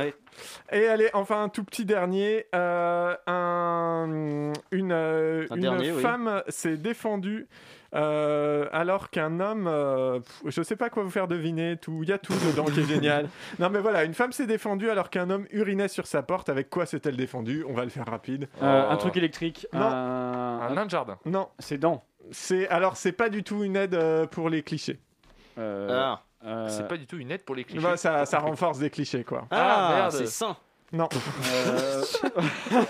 A: Et allez, enfin un tout petit dernier. euh, un- une euh,
J: Un
A: une
J: dernier, oui.
A: femme s'est défendue euh, alors qu'un homme, euh, pff, je sais pas quoi vous faire deviner, tout, il y a tout dedans qui est génial. Non mais voilà, une femme s'est défendue alors qu'un homme urinait sur sa porte. Avec quoi s'est-elle défendue On va le faire rapide.
K: Euh, Un truc électrique.
A: Non. Ah.
K: Un,
J: nain de jardin.
A: Non.
K: Ses dents.
A: C'est alors c'est pas du tout une aide euh, pour les clichés.
K: Euh,
A: Euh.
J: Ah. C'est pas du tout une aide pour les clichés.
A: Bah, ça, ça renforce des clichés quoi.
J: Ah, merde.
C: c'est sain.
A: Non.
K: euh,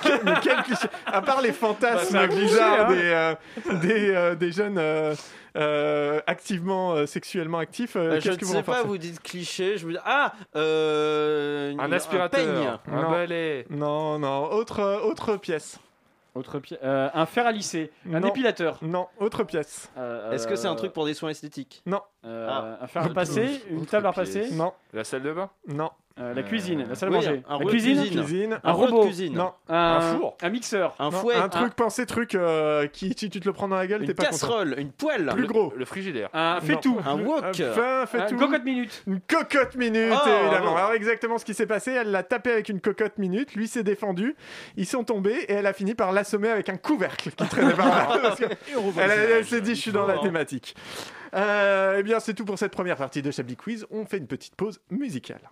A: Quel- mais quel cliché À part les fantasmes
K: Bah, c'est un cliché,
A: bizarres
K: hein.
A: des, euh, des, euh, des jeunes euh, euh, activement euh, sexuellement actifs, euh,
C: Euh, je
A: qu'est-ce
C: ne
A: que vous
C: sais pas,
A: renforcez
C: vous dites cliché, je vous dis ah euh, une-
J: Un aspirateur.
C: peigne.
J: Un
A: Non.
J: balai.
A: Non, non, autre, euh, autre pièce.
K: Autre pièce. un fer à lisser. Un
A: Ah Non.
K: épilateur.
A: Non, autre pièce.
C: Est-ce que c'est un truc pour des soins esthétiques
A: Non.
K: Euh,
C: Ah.
K: Un fer à repasser. Une table à repasser.
A: Non.
J: La salle de bain
A: Non.
K: Euh, la cuisine, la salle à
C: Oui,
K: manger.
C: un
K: la
C: rouleau de
K: cuisine,
C: cuisine. Cuisine.
K: un
C: Un rouleau de
K: robot,
C: cuisine.
A: Non.
K: Un,
A: Un four.
K: un mixeur,
C: Un
A: Non,
C: fouet. Ah,
A: un truc, pensez truc euh, qui, si tu te le prends dans la gueule,
C: Une
A: t'es pas
C: casserole,
A: content.
C: une poêle.
A: Plus
C: Le-
B: Oh.
A: gros.
J: Le frigidaire.
K: un fait tout,
C: Un wok.
A: Enfin, fait tout.
K: une cocotte minute.
A: Une cocotte minute,
K: Ah,
A: évidemment.
K: bravo.
A: Alors exactement ce qui s'est passé, elle l'a tapé avec une cocotte minute, lui s'est défendu, ils sont tombés et elle a fini par l'assommer avec un couvercle qui traînait par là. Parce que
K: Oh,
A: elle elle s'est dit, je suis dans la thématique. Euh, eh bien, c'est tout pour cette première partie de Chablis Quiz. On fait une petite pause musicale.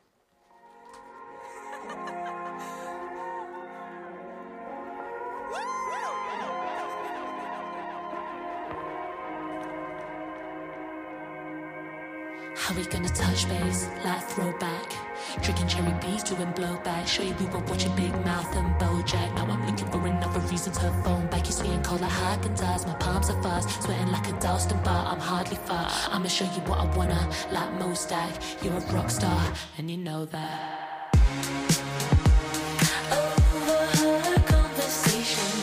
N: How we gonna touch base, like throwback? Drinking cherry bees, doing blowback. Show you we were watching Big Mouth and Bojack. Now I'm looking for another reason to phone back. You're seeing cold like Hagen dies, my palms are fast. Sweating like a Dalston bar, I'm hardly far. I'ma show you what I wanna, like Mostak. You're a rock star, and you know that.
L: Overheard conversation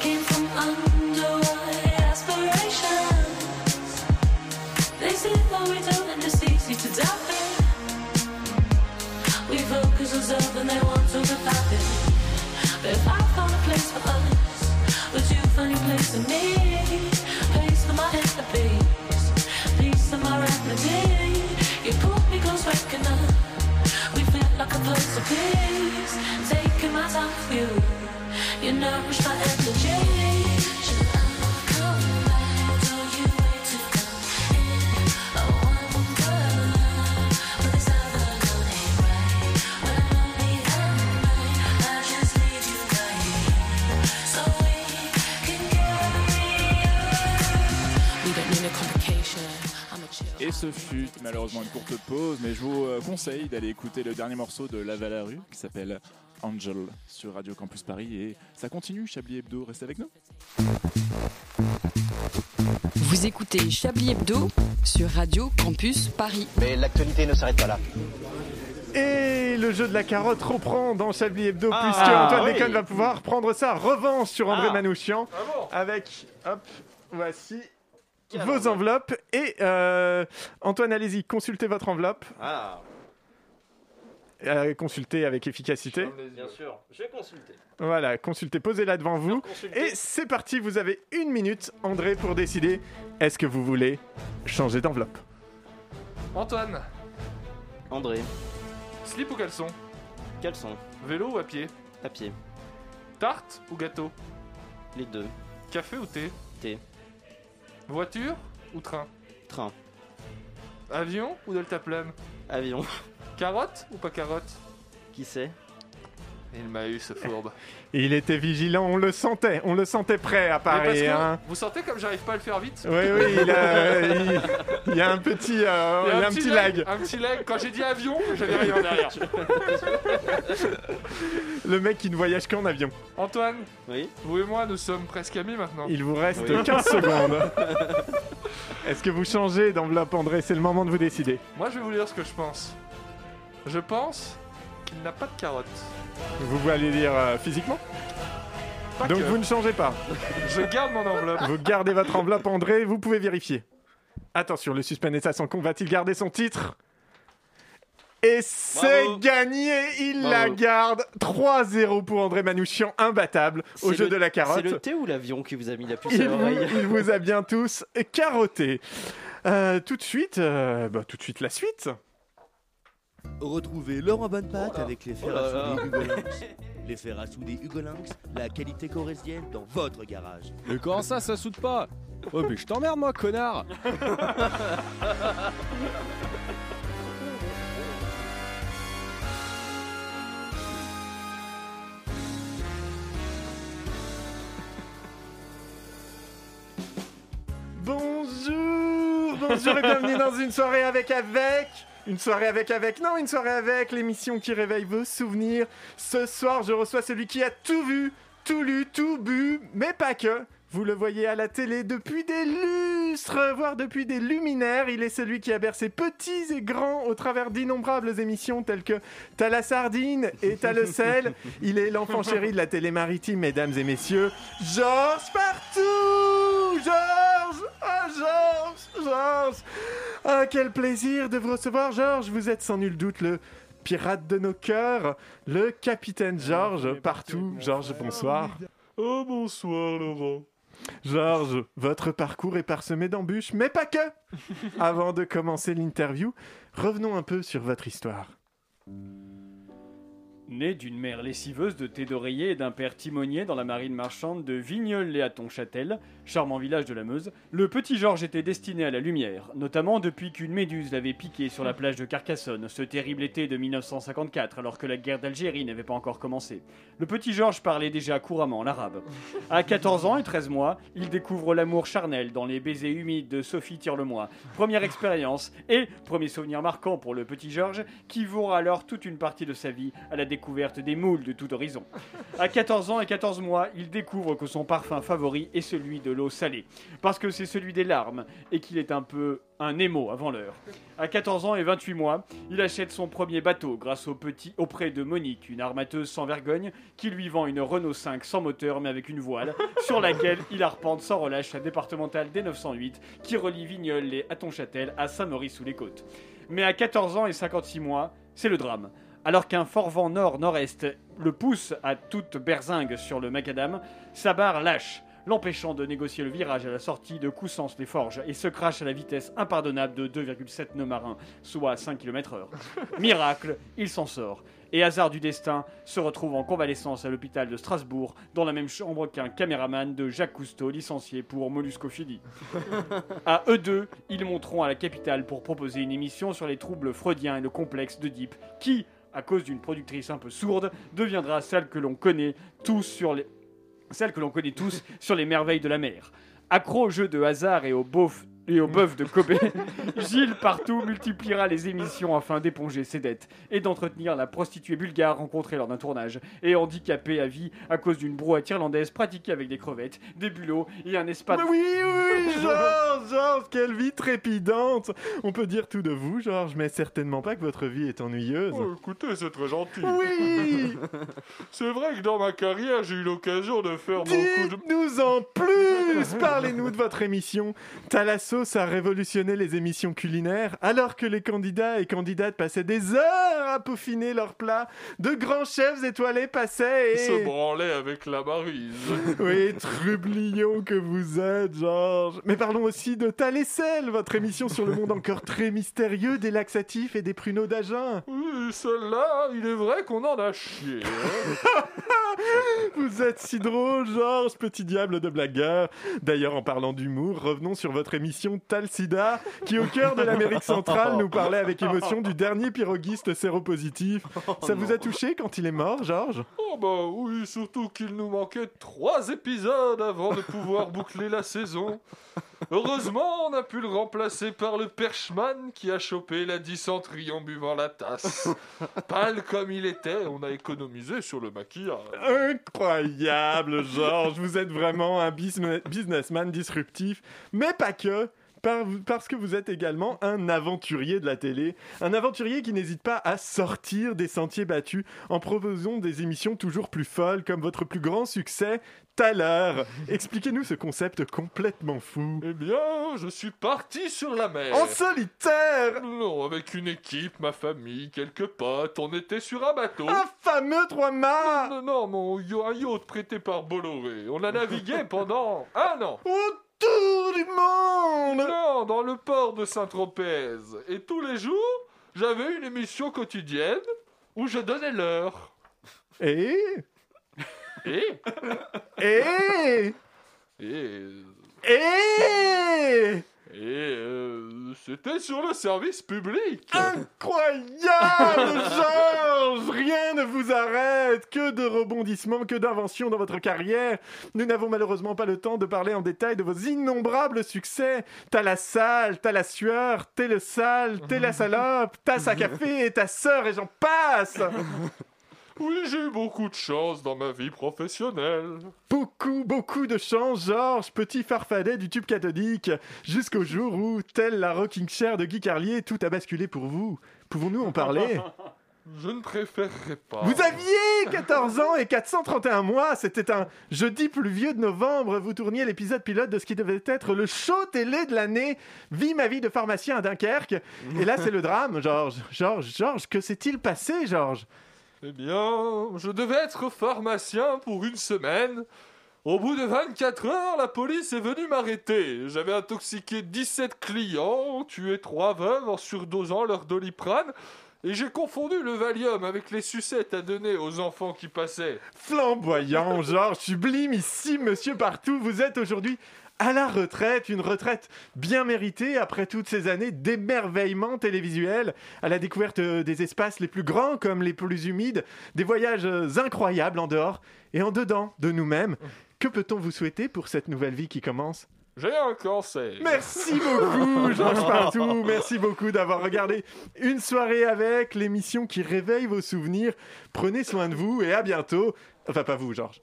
L: came from underwater aspirations. They say what we do and it's easy to doubt it. We focus on self and they want to get happy. But if I found a place for others, would you find a place for me? Place for my enemies, peace for my remedy. You pull me close, recognize. We feel like a puzzle piece. Taking my time with you. You nourish my energy. Should I come back? Do you wait to come in? Oh, I'm good. But this other girl ain't right. When I'm lonely at night, I just need you right. So we can get
N: We don't need no complication. I'm a chill.
B: Et ce fut malheureusement une courte pause, mais je vous euh, conseille d'aller écouter le dernier morceau de Laval à rue qui s'appelle Angel sur Radio Campus Paris et ça continue Chablis Hebdo, restez avec nous.
I: Vous écoutez Chablis Hebdo sur Radio Campus Paris. Mais l'actualité ne s'arrête pas là.
A: Et le jeu de la carotte reprend dans Chablis Hebdo,
L: Ah,
A: puisque Antoine
L: oui.
A: Déconne va pouvoir prendre sa revanche sur André
L: Ah.
A: Manouchian avec, hop, voici vos enveloppes.
L: Ah.
A: Et euh, Antoine, allez-y, consultez votre enveloppe. à consulter avec efficacité.
C: Bien sûr, je vais consulter.
A: Voilà, consultez, posez-la devant vous. Et c'est parti, vous avez une minute, André, pour décider est-ce que vous voulez changer d'enveloppe
J: Antoine,
C: André,
J: slip ou caleçon
C: caleçon,
J: Vélo ou à pied
C: à pied,
J: Tarte ou gâteau
C: les deux,
J: Café ou thé
C: Thé.
J: Voiture ou train
C: train,
J: Avion ou deltaplane
C: avion,
J: Carotte ou pas carotte
C: qui sait
J: Il m'a eu ce fourbe.
A: Il était vigilant, on le sentait, on le sentait prêt à
J: Mais parce
A: Paris.
J: que
A: hein.
J: Vous sentez comme j'arrive pas à le faire vite
A: Oui, oui, il, a- il- il y a un petit, euh, il y a un petit lag.
J: Un petit lag. Quand j'ai dit avion, j'avais rien derrière.
A: Le mec qui ne voyage qu'en avion.
J: Antoine,
C: oui
J: vous et moi, nous sommes presque amis maintenant.
A: Il vous reste 15 secondes. Est-ce que vous changez d'enveloppe, André C'est le moment de vous décider.
J: Moi, je vais vous dire ce que je pense. Je pense qu'il n'a pas de carotte.
A: Vous voulez dire euh, physiquement
J: Pas
A: Donc
J: que.
A: vous ne changez pas.
J: Je garde mon enveloppe.
A: Vous gardez votre enveloppe, André, vous pouvez vérifier. Attention, le suspense est à son con. Va-t-il garder son titre Et c'est gagné Il la
C: Bravo.
A: garde 3-0 pour André Manouchian, imbattable au
C: C'est
A: jeu
C: le-
A: de la carotte.
C: C'est le thé ou l'avion qui vous a mis la puce à
A: Il vous,
C: l'oreille
A: il vous a bien tous carotté. Euh, tout de suite, euh, bah, tout de suite la suite.
P: Retrouvez Laurent Bonne Patte avec les
A: Oh
P: fers
A: là
P: à
A: là.
P: souder Hugolinx. Les fers à souder Hugolinx, la qualité corrézienne dans votre garage.
O: Mais comment ça, ça soude pas Oh, mais je t'emmerde, moi, connard
A: Bonjour, bonjour et bienvenue dans une soirée avec avec. Une soirée avec avec, non, une soirée avec, l'émission qui réveille vos souvenirs. Ce soir, je reçois celui qui a tout vu, tout lu, tout bu, mais pas que. Vous le voyez à la télé depuis des lustres, voire depuis des luminaires. Il est celui qui a bercé petits et grands au travers d'innombrables émissions telles que T'as la sardine et T'as le sel. Il est l'enfant chéri de la télé maritime, mesdames et messieurs. Georges Partout Georges Ah, Georges Georges Ah, quel plaisir de vous recevoir, Georges Vous êtes sans nul doute le pirate de nos cœurs, le capitaine Georges Partout. Georges, bonsoir.
J: Oh, bonsoir, Laurent.
A: Georges, votre parcours est parsemé d'embûches, mais pas que Avant de commencer l'interview, revenons un peu sur votre histoire.
K: Né d'une mère lessiveuse de thé d'oreiller et d'un père timonier dans la marine marchande de Vigneul-Léaton-Châtel, charmant village de la Meuse, le petit Georges était destiné à la lumière, notamment depuis qu'une méduse l'avait piqué sur la plage de Carcassonne, ce terrible été de 1954, alors que la guerre d'Algérie n'avait pas encore commencé. Le petit Georges parlait déjà couramment l'arabe. À 14 ans et 13 mois, il découvre l'amour charnel dans les baisers humides de Sophie Tirlemois. Première expérience et premier souvenir marquant pour le petit Georges, qui vouera alors toute une partie de sa vie à la découverte des moules de tout horizon. À 14 ans et 14 mois, il découvre que son parfum favori est celui de l'eau salée, parce que c'est celui des larmes et qu'il est un peu un émo avant l'heure. À 14 ans et 28 mois, il achète son premier bateau grâce au petit auprès de Monique, une armateuse sans vergogne qui lui vend une Renault 5 sans moteur mais avec une voile, sur laquelle il arpente sans relâche la départementale des 908 qui relie Vignoles et Atonchâtel à Saint-Maurice-sous-les-Côtes. Mais à 14 ans et 56 mois, c'est le drame. Alors qu'un fort vent nord-nord-est le pousse à toute berzingue sur le macadam, sa barre lâche, l'empêchant de négocier le virage à la sortie de Coussens-les-Forges et se crache à la vitesse impardonnable de 2,7 nœuds marins, soit 5 km/h. Miracle, il s'en sort. Et hasard du destin, se retrouve en convalescence à l'hôpital de Strasbourg, dans la même chambre qu'un caméraman de Jacques Cousteau licencié pour molluscophilie. À eux deux, ils monteront à la capitale pour proposer une émission sur les troubles freudiens et le complexe d'Oedipe, qui, à cause d'une productrice un peu sourde, deviendra celle que l'on connaît tous sur les celle que l'on connaît tous sur les merveilles de la mer. Accro aux jeux de hasard et aux beaufs et aux bœufs de Kobe, Gilles Partout multipliera les émissions afin d'éponger ses dettes et d'entretenir la prostituée bulgare rencontrée lors d'un tournage et handicapée à vie à cause d'une brouette irlandaise pratiquée avec des crevettes, des bulots et un espace...
A: Mais oui, oui, Georges, Georges, quelle vie trépidante On peut dire tout de vous, Georges, mais certainement pas que votre vie est ennuyeuse.
J: Oh, écoutez, c'est très gentil.
A: Oui
J: C'est vrai que dans ma carrière, j'ai eu bah, l'occasion de faire beaucoup de...
A: Dites-nous en plus Parlez-nous de votre émission. Thalasso sauce a révolutionné les émissions culinaires, alors que les candidats et candidates passaient des heures à peaufiner leurs plats, de grands chefs étoilés passaient
J: Il se
A: et...
J: branlait avec la marise.
A: Oui, trublion que vous êtes, Georges. Mais parlons aussi de Talessel, votre émission sur le monde encore très mystérieux, des laxatifs et des pruneaux d'Agen.
J: Oui, celle-là, il est vrai qu'on en a chié. hein.
A: Vous êtes si drôle, Georges, petit diable de blagueur. D'ailleurs, en parlant d'humour, revenons sur votre émission Talsida, qui au cœur de l'Amérique centrale nous parlait avec émotion du dernier piroguiste séropositif. Ça vous a touché quand il est mort, Georges
J: Oh bah oui, surtout qu'il nous manquait trois épisodes avant de pouvoir boucler la saison. Heureusement, on a pu le remplacer par le perchman qui a chopé la dysenterie en buvant la tasse. Pâle comme il était, on a économisé sur le maquillage.
A: Incroyable, Georges. Vous êtes vraiment un bisme- businessman disruptif, mais pas que. par- Parce que vous êtes également un aventurier de la télé, un aventurier qui n'hésite pas à sortir des sentiers battus en proposant des émissions toujours plus folles, comme votre plus grand succès, Thaler. Expliquez-nous ce concept complètement fou.
J: Eh bien, je suis parti sur la mer.
A: En solitaire
J: Non, avec une équipe, ma famille, quelques potes, on était sur un bateau.
A: Un fameux trois-mâts
J: Non, non, mon yo- un yacht prêté par Bolloré. On a navigué pendant un an.
A: Autour du monde
J: Non, dans le port de Saint-Tropez. Et tous les jours, j'avais une émission quotidienne où je donnais l'heure.
A: Et
J: Et
A: Et
J: Et...
A: Et
J: Et... euh, C'était sur le service public.
A: Incroyable, Georges Rien ne vous arrête Que de rebondissements, que d'inventions dans votre carrière Nous n'avons malheureusement pas le temps de parler en détail de vos innombrables succès T'as la salle, t'as la sueur, t'es le sale, t'es la salope, tasse à café, ta sœur et j'en passe
J: Oui, j'ai eu beaucoup de chance dans ma vie professionnelle.
A: Beaucoup, beaucoup de chance, Georges, petit farfadet du tube cathodique, jusqu'au jour où, telle la rocking chair de Guy Carlier, tout a basculé pour vous. Pouvons-nous en parler
J: Je ne préférerais pas.
A: Vous aviez 14 ans et 431 mois, c'était un jeudi pluvieux de novembre, vous tourniez l'épisode pilote de ce qui devait être le show télé de l'année, Vie ma vie de pharmacien à Dunkerque. Et là c'est le drame, Georges. Georges, Georges, que s'est-il passé, Georges
J: Eh bien, je devais être pharmacien pour une semaine. Au bout de 24 heures, la police est venue m'arrêter. J'avais intoxiqué 17 clients, tué trois veuves en surdosant leur doliprane, et j'ai confondu le Valium avec les sucettes à donner aux enfants qui passaient.
A: Flamboyant, Georges, sublime ici, monsieur partout, vous êtes aujourd'hui à la retraite, une retraite bien méritée après toutes ces années d'émerveillement télévisuel, à la découverte euh, des espaces les plus grands comme les plus humides, des voyages euh, incroyables en dehors et en dedans de nous-mêmes. Que peut-on vous souhaiter pour cette nouvelle vie qui commence
J: J'ai un cancer.
A: Merci beaucoup, Georges Partout. Merci beaucoup d'avoir regardé une soirée avec l'émission qui réveille vos souvenirs. Prenez soin de vous et à bientôt. Enfin, pas vous, Georges.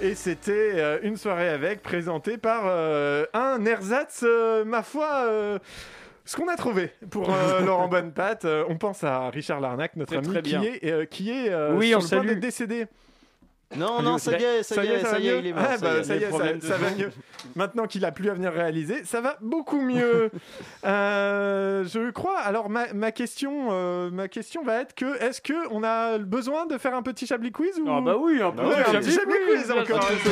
A: Et c'était euh, une soirée avec présentée par euh, un ersatz, euh, ma foi, euh, ce qu'on a trouvé pour euh, Laurent Bonnepatte. Euh, on pense à Richard Larnac, notre
K: C'est
A: ami,
K: très
A: qui
K: bien.
A: est, euh, qui est euh,
K: Oui,
A: sur
K: on
A: le point
K: salue.
A: d'être décédé.
C: Non, non, ça y est, ça y est, ça y est, il est mort.
A: Ah, bah, ça y est, ça-
C: problème de-
A: ça va mieux. Maintenant qu'il a plus à venir réaliser, ça va beaucoup mieux. Euh, je crois. Alors ma, ma question, euh, ma question va être que est-ce que on a besoin de faire un petit Chablis quiz ou
K: Ah bah oui, un peu.
A: Ouais, un petit Chablis quiz encore.
L: C'est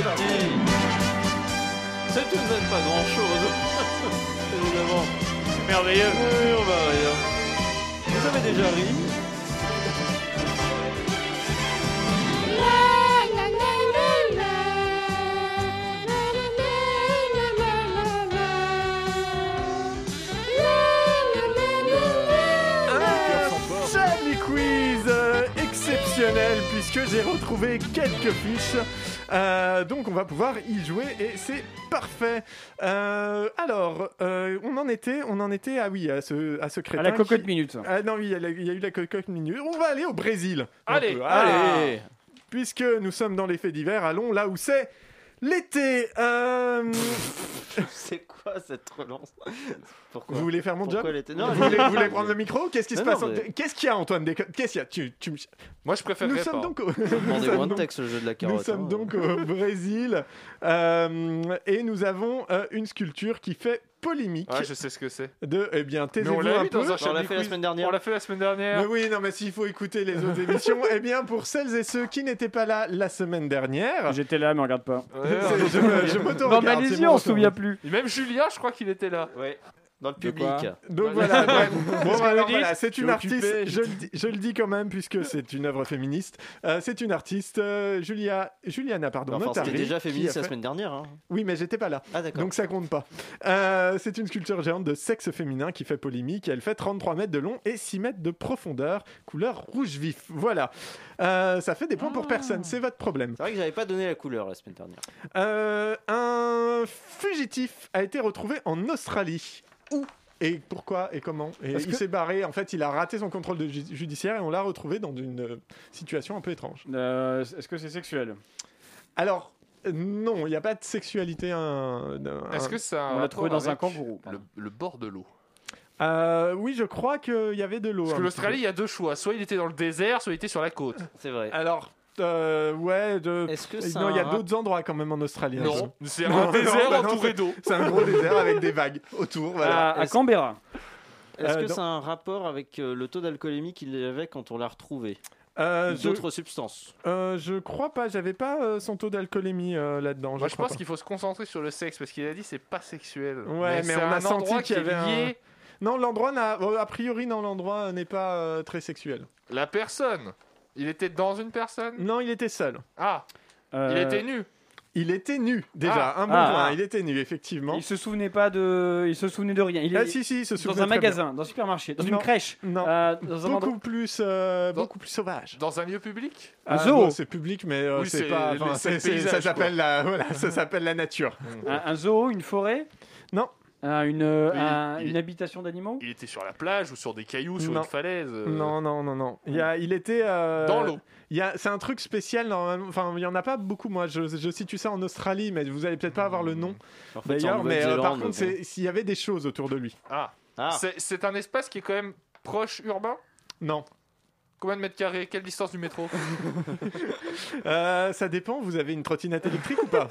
L: tout de même pas grand chose. Évidemment.
K: Merveilleux.
L: Oui, on va rire. Vous avez déjà ri.
A: Chablis quiz euh, exceptionnel puisque j'ai retrouvé quelques fiches. Euh, donc on va pouvoir y jouer et c'est parfait. Euh, alors euh, on en était, on en était ah oui à ce à ce crétin
K: À la cocotte
A: qui-
K: minute.
A: Ah non oui il y a la- il y, a eu la cocotte minute. On va aller au Brésil.
K: Allez.
A: Ah.
K: Allez.
A: Puisque nous sommes dans les faits divers, allons là où c'est L'été euh,
C: C'est quoi cette relance Pourquoi
A: Vous voulez faire mon
C: Pourquoi
A: job
C: l'été Non,
A: vous, voulez,
C: allez-y.
A: vous voulez prendre le micro Qu'est-ce qui se
C: Non,
A: passe
C: non,
A: en-
C: mais-
A: Qu'est-ce qu'il y a, Antoine Déco- Qu'est-ce qu'il y a tu, tu me-
J: Moi, je préférerais
A: Nous sommes
J: pas.
A: donc au...
J: Demandez-moi
A: nous sommes
J: un
A: donc-
J: texte, le jeu de la carotte,
A: Nous sommes
J: hein.
A: donc au Brésil euh, et nous avons euh, une sculpture qui fait polémique.
J: Ouais, je sais ce que c'est.
A: De, eh bien,
J: Mais
A: taisez-vous
J: on
A: un
J: l'a eu
A: peu.
J: dans un Chablis Quiz. On l'a fait la semaine dernière.
A: Mais oui, non, mais s'il faut écouter les autres émissions, eh bien, pour celles et ceux qui n'étaient pas là la semaine dernière.
K: J'étais là, mais regarde pas.
A: C'est- je me- je m'auto-regarde,
K: Dans
A: c'est
K: Malaisie,
A: mon
K: on se souvient
A: retour.
K: plus.
J: Et même Julien, je crois qu'il était là.
C: Ouais. Dans le
A: public. Donc voilà, bref. Bon,
J: Qu'est-ce que
A: alors
J: vous dites
A: voilà, c'est une
J: Je
A: artiste,
J: suis occupé.
A: je le, dis, je le dis quand même, puisque c'est une œuvre féministe. Euh, c'est une artiste, euh, Julia, Juliana, pardon,
C: Enfin,
A: Notari,
C: c'était déjà
A: qui a
C: féministe la
A: fait-
C: semaine dernière. hein. Ah,
A: Oui, mais j'étais pas là. Donc ça compte pas. Euh, c'est une sculpture géante de sexe féminin qui fait polémique. Elle fait 33 mètres de long et 6 mètres de profondeur, couleur rouge vif. Voilà. Euh, ça fait des points pour personne, c'est votre problème.
C: C'est vrai que j'avais pas donné la couleur la semaine dernière.
A: Euh, un fugitif a été retrouvé en Australie. Où et pourquoi et comment et
K: Est-ce
A: Il
K: que-
A: s'est barré, en fait, il a raté son contrôle de ju- judiciaire et on l'a retrouvé dans une euh, situation un peu étrange.
K: Euh, Est-ce que c'est sexuel
A: Alors, euh, non, il n'y a pas de sexualité. Un,
J: Est-ce que ça a
K: On l'a trouvé
J: rapport
K: dans un
J: avec
K: kangourou.
J: Le, le bord de l'eau.
A: Euh, oui, je crois qu'il y avait de l'eau.
J: Parce que
A: un
J: l'Australie, il
A: petit
J: y a deux choix. Soit il était dans le désert, soit il était sur la côte.
C: C'est vrai.
A: Alors, peu. Ah, Euh, ouais, de...
J: ça
A: non, il y a
J: a un rap-
A: d'autres endroits quand même en Australie. hein, un
J: Non,
A: peu.
J: c'est un désert
A: non,
J: entouré
A: c'est-
J: d'eau.
A: C'est un gros désert avec des vagues autour. Voilà.
K: À, à Canberra.
C: Est-ce
A: Euh,
C: que
A: dans-
C: ça a un rapport avec euh, le taux d'alcoolémie qu'il avait quand on l'a retrouvé
A: Euh,
C: Ou
A: je-
C: D'autres substances.
A: Euh, je crois pas, j'avais pas euh, son taux d'alcoolémie euh, là-dedans.
J: Moi, je
A: crois
J: pense
A: pas.
J: qu'il faut se concentrer sur le sexe parce qu'il a dit c'est pas sexuel.
A: Ouais, mais,
J: c'est
A: on
J: un
A: a senti
J: endroit
A: qu'il y
J: qui est
A: avait un...
J: lié
A: Non, l'endroit n'a. euh, A priori, non, l'endroit euh, n'est pas euh, très sexuel.
J: La personne. Il était dans une personne.
A: Non, il était seul.
J: Ah. Il
A: Euh.
K: Euh,
J: était nu.
A: Il était nu, déjà.
K: Ah.
A: un bon
K: Ah.
A: point, il était nu, effectivement.
K: Il se souvenait pas de, il se souvenait de rien. Il
A: Ah,
K: est-
A: si, si, il se souvenait
K: dans un
A: très
K: magasin,
A: bien.
K: dans un supermarché, dans
A: Non.
K: une crèche, euh,
A: non.
K: dans un
A: beaucoup,
K: endroit-
A: plus, euh, beaucoup plus sauvage.
J: Dans un lieu public.
A: Ah,
K: zoo.
A: non, c'est public, mais euh,
K: Oui,
A: c'est
K: c'est
A: pas.
K: les-
A: enfin,
K: c'est le
A: c'est- c'est-
K: paysage,
A: ça
K: quoi.
A: s'appelle la, voilà, ça s'appelle la nature.
K: un, un zoo, une forêt.
A: Non.
K: une euh,
J: Oui,
K: un-
J: il-
K: une habitation d'animaux.
J: Il était sur la plage ou sur des cailloux, sur
A: Non.
J: une falaise. euh.
A: Non, non, non, non. Il, y a- il était. euh,
J: Dans l'eau.
A: il y a- C'est un truc spécial, normalement. Enfin, il n'y en a pas beaucoup, moi. Je, je situe ça en Australie, mais vous allez peut-être pas avoir le nom.
C: En fait, c'est
A: D'ailleurs,
C: en
A: mais euh, par
C: Nouvelle-Zélande,
A: contre,
C: donc,
A: c'est- s'il y avait des choses autour de lui.
J: Ah. C'est- C'est un espace qui est quand même proche urbain.
A: Non.
J: Combien de mètres carrés Quelle distance du métro
A: Euh, ça dépend, vous avez une trottinette électrique ou pas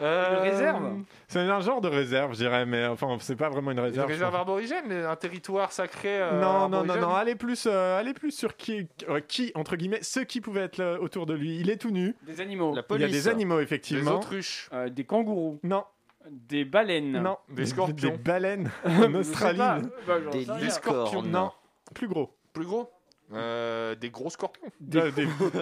J: Euh, réserve
A: C'est un genre de réserve, je dirais, mais enfin, c'est pas vraiment une
J: Une
A: réserve. je
J: réserve
A: crois.
J: arborigène, un territoire sacré.
A: non,
J: euh,
A: non, non,
J: arborigène.
A: non, allez plus, euh, allez plus sur qui, euh, qui, entre guillemets, ceux qui pouvaient être là autour de lui. Il est tout nu.
K: Des animaux. La
A: Il y a des animaux, effectivement.
K: des kangourous.
A: Non.
K: Des baleines.
A: Non.
K: Des scorpions.
A: Des baleines
K: Je
A: en
K: sais
A: Australie.
K: pas. Bah, j'en
J: Des sais rien. licornes.
A: Non. Plus gros.
J: Plus gros Euh, Des gros scorpions.
A: Des,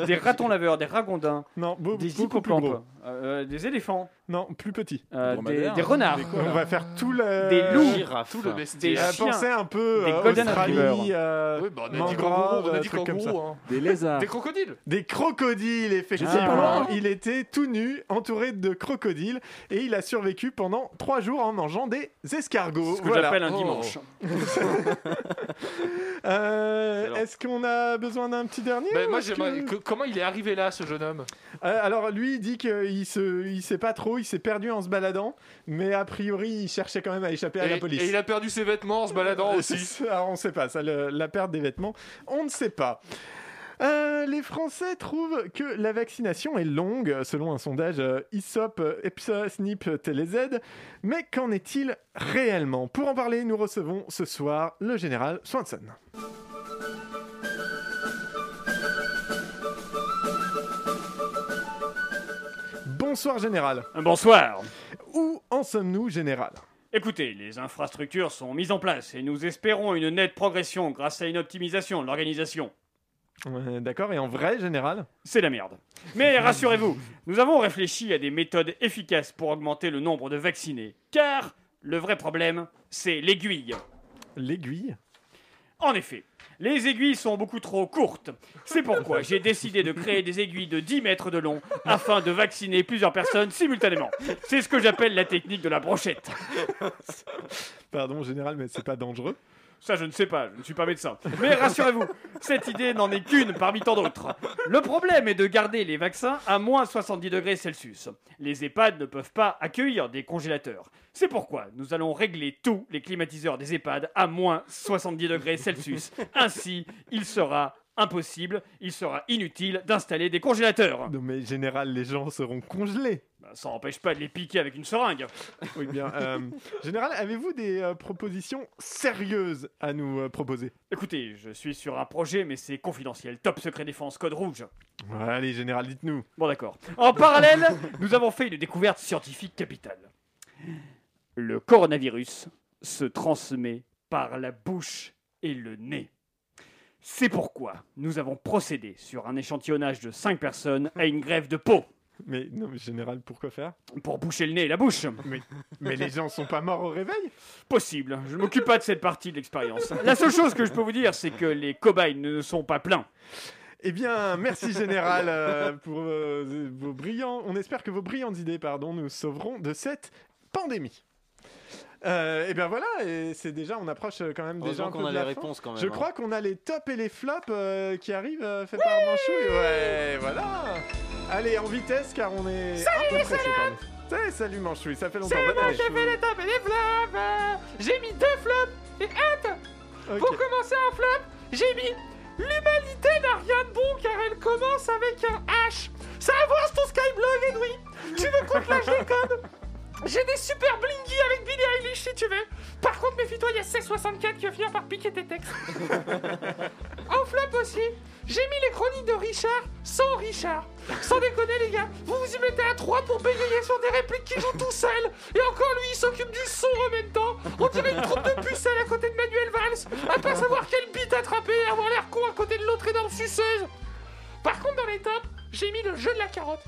K: des ratons laveurs, des ragondins.
A: Non, beau-
K: des
A: beaucoup plus gros.
K: hippocampes. Euh, des éléphants. Euh,
A: Non, plus petits.
K: des, des renards.
A: On va faire tout le.
K: Des loups.
C: Ah,
A: Girafes.
K: Tout le bestiaire.
A: Des
K: Des
A: euh,
K: chiens.
A: Pensez un peu
K: Des
A: euh,
K: golden
A: Australie,
K: retrievers.
A: euh,
J: Oui, bah, on a dit
A: mangrove,
J: kangourou, on a
A: euh,
J: dit
A: trucs comme
J: kangourou,
A: ça.
J: hein. Des lézards. Des crocodiles.
A: Des crocodiles,
J: J'étais pas
A: effectivement.
J: loin.
A: Il était tout nu, entouré de crocodiles, et il a survécu pendant trois jours en mangeant des escargots.
K: Ce que
A: Voilà. Oh.
K: j'appelle un dimanche.
A: Euh, Est-ce qu'on a besoin d'un petit dernier
J: Ben,
A: ou
J: moi,
A: est-ce
J: j'aimerais-
A: que-
J: que- comment il est arrivé là, ce jeune homme
A: Euh, alors lui il dit qu'il se, il sait pas trop, il s'est perdu en se baladant, mais a priori il cherchait quand même à échapper à
J: et,
A: la police.
J: et il a perdu ses vêtements en se baladant aussi.
A: Euh, Ça, on sait pas, ça, le- la perte des vêtements, on ne sait pas. Euh, les Français trouvent que la vaccination est longue, selon un sondage euh, ISOP, euh, EPSA, SNIP, euh, TéléZ. Mais qu'en est-il réellement Pour en parler, nous recevons ce soir le général Swanson. Bonsoir général.
K: Bonsoir.
A: Où en sommes-nous général
K: Écoutez, les infrastructures sont mises en place et nous espérons une nette progression grâce à une optimisation de l'organisation.
A: Ouais, Euh, D'accord, et en vrai général
K: C'est la merde. Mais rassurez-vous, nous avons réfléchi à des méthodes efficaces pour augmenter le nombre de vaccinés. Car le vrai problème, c'est l'aiguille.
A: L'aiguille
K: En effet, les aiguilles sont beaucoup trop courtes. C'est pourquoi j'ai décidé de créer des aiguilles de 10 mètres de long afin de vacciner plusieurs personnes simultanément. C'est ce que j'appelle la technique de la brochette.
A: Pardon général, mais c'est pas dangereux.
K: Ça, je ne sais pas, je ne suis pas médecin. Mais rassurez-vous, cette idée n'en est qu'une parmi tant d'autres. Le problème est de garder les vaccins à moins 70 degrés Celsius. Les EHPAD ne peuvent pas accueillir des congélateurs. C'est pourquoi nous allons régler tous les climatiseurs des EHPAD à moins 70 degrés Celsius. Ainsi, il sera impossible, il sera inutile d'installer des congélateurs.
A: Non mais général, les gens seront congelés.
K: Bah, ça n'empêche pas de les piquer avec une seringue.
A: Oui bien. euh, général, avez-vous des euh, propositions sérieuses à nous euh, proposer
K: Écoutez, je suis sur un projet, mais c'est confidentiel. Top secret défense, code rouge.
A: Ouais, Allez, général, dites-nous.
K: Bon, d'accord. En parallèle, nous avons fait une découverte scientifique capitale. Le coronavirus se transmet par la bouche et le nez. C'est pourquoi nous avons procédé sur un échantillonnage de 5 personnes à une grève de peau.
A: Mais non, mais général, pourquoi faire
K: Pour boucher le nez et la bouche.
A: Mais, mais les gens sont pas morts au réveil
K: Possible. Je ne m'occupe pas de cette partie de l'expérience. La seule chose que je peux vous dire, c'est que les cobayes ne sont pas pleins.
A: Eh bien, merci général euh, pour euh, vos brillants. On espère que vos brillantes idées, pardon, nous sauveront de cette pandémie. Euh, et bien voilà, et c'est déjà, on approche euh, quand même déjà
C: Heureusement
A: un peu
C: qu'on a
A: de la
C: les
A: fin.
C: réponses quand même,
A: Je
C: hein.
A: crois qu'on a les tops et les flops euh, qui arrivent euh, faits par Manchou. Ouais, voilà. Allez, en vitesse car on est
J: Salut
A: un peu
J: les
A: pressé
J: salopes
A: quand même. Eh, Salut Manchou, ça fait longtemps.
J: C'est
A: Bonne
J: moi
A: année.
J: qui ai fait les tops et les flops euh, J'ai mis deux flops et un top Pour commencer un flop, j'ai mis L'humanité n'a rien de bon car elle commence avec un H Ça avance ton Skyblog, Edoui Tu veux qu'on te lâche des codes J'ai des super blingy avec Billy Eilish si tu veux Par contre, méfie-toi, il y a C64 qui va finir par piquer tes textes En flop aussi, j'ai mis les chroniques de Richard sans Richard. Sans déconner les gars, vous vous y mettez à trois pour bégayer sur des répliques qui jouent tout seul. Et encore lui, il s'occupe du son en même temps. On dirait une troupe de pucelles à côté de Manuel Valls, à pas savoir quelle bite attraper et avoir l'air con à côté de l'autre énorme suceuse. Par contre, dans les tops, j'ai mis le jeu de la carotte.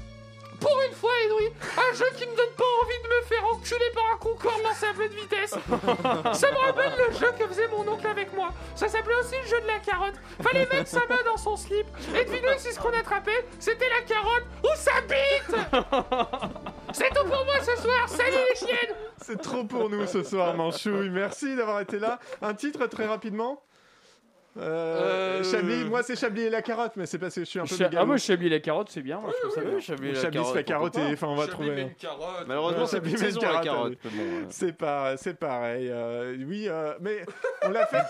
J: Pour une fois, Edoui, un jeu qui me donne pas envie de me faire enculer par un concorde lancé à pleine vitesse. Ça me rappelle le jeu que faisait mon oncle avec moi. Ça s'appelait aussi le jeu de la carotte. Fallait mettre sa main dans son slip. Et devinez si ce qu'on attrapait, c'était la carotte ou sa bite C'est tout pour moi ce soir. Salut les chiennes
A: C'est trop pour nous ce soir, Manchouille. Merci d'avoir été là. Un titre très rapidement. Euh,
K: Euh,
A: Chablis, moi c'est Chablis et la carotte, mais c'est parce que je suis un peu
K: Cha-
A: mégalo.
K: ah, moi, Chablis et la carotte, c'est bien. moi, je trouve ça bien.
A: Chablis, la carotte, et enfin on va trouver.
Q: met une carotte.
A: Ouais, Chablis met une carotte, oui.
C: bon, euh, ouais.
A: euh, C'est pas, c'est pareil. euh, oui, euh, mais on l'a fait.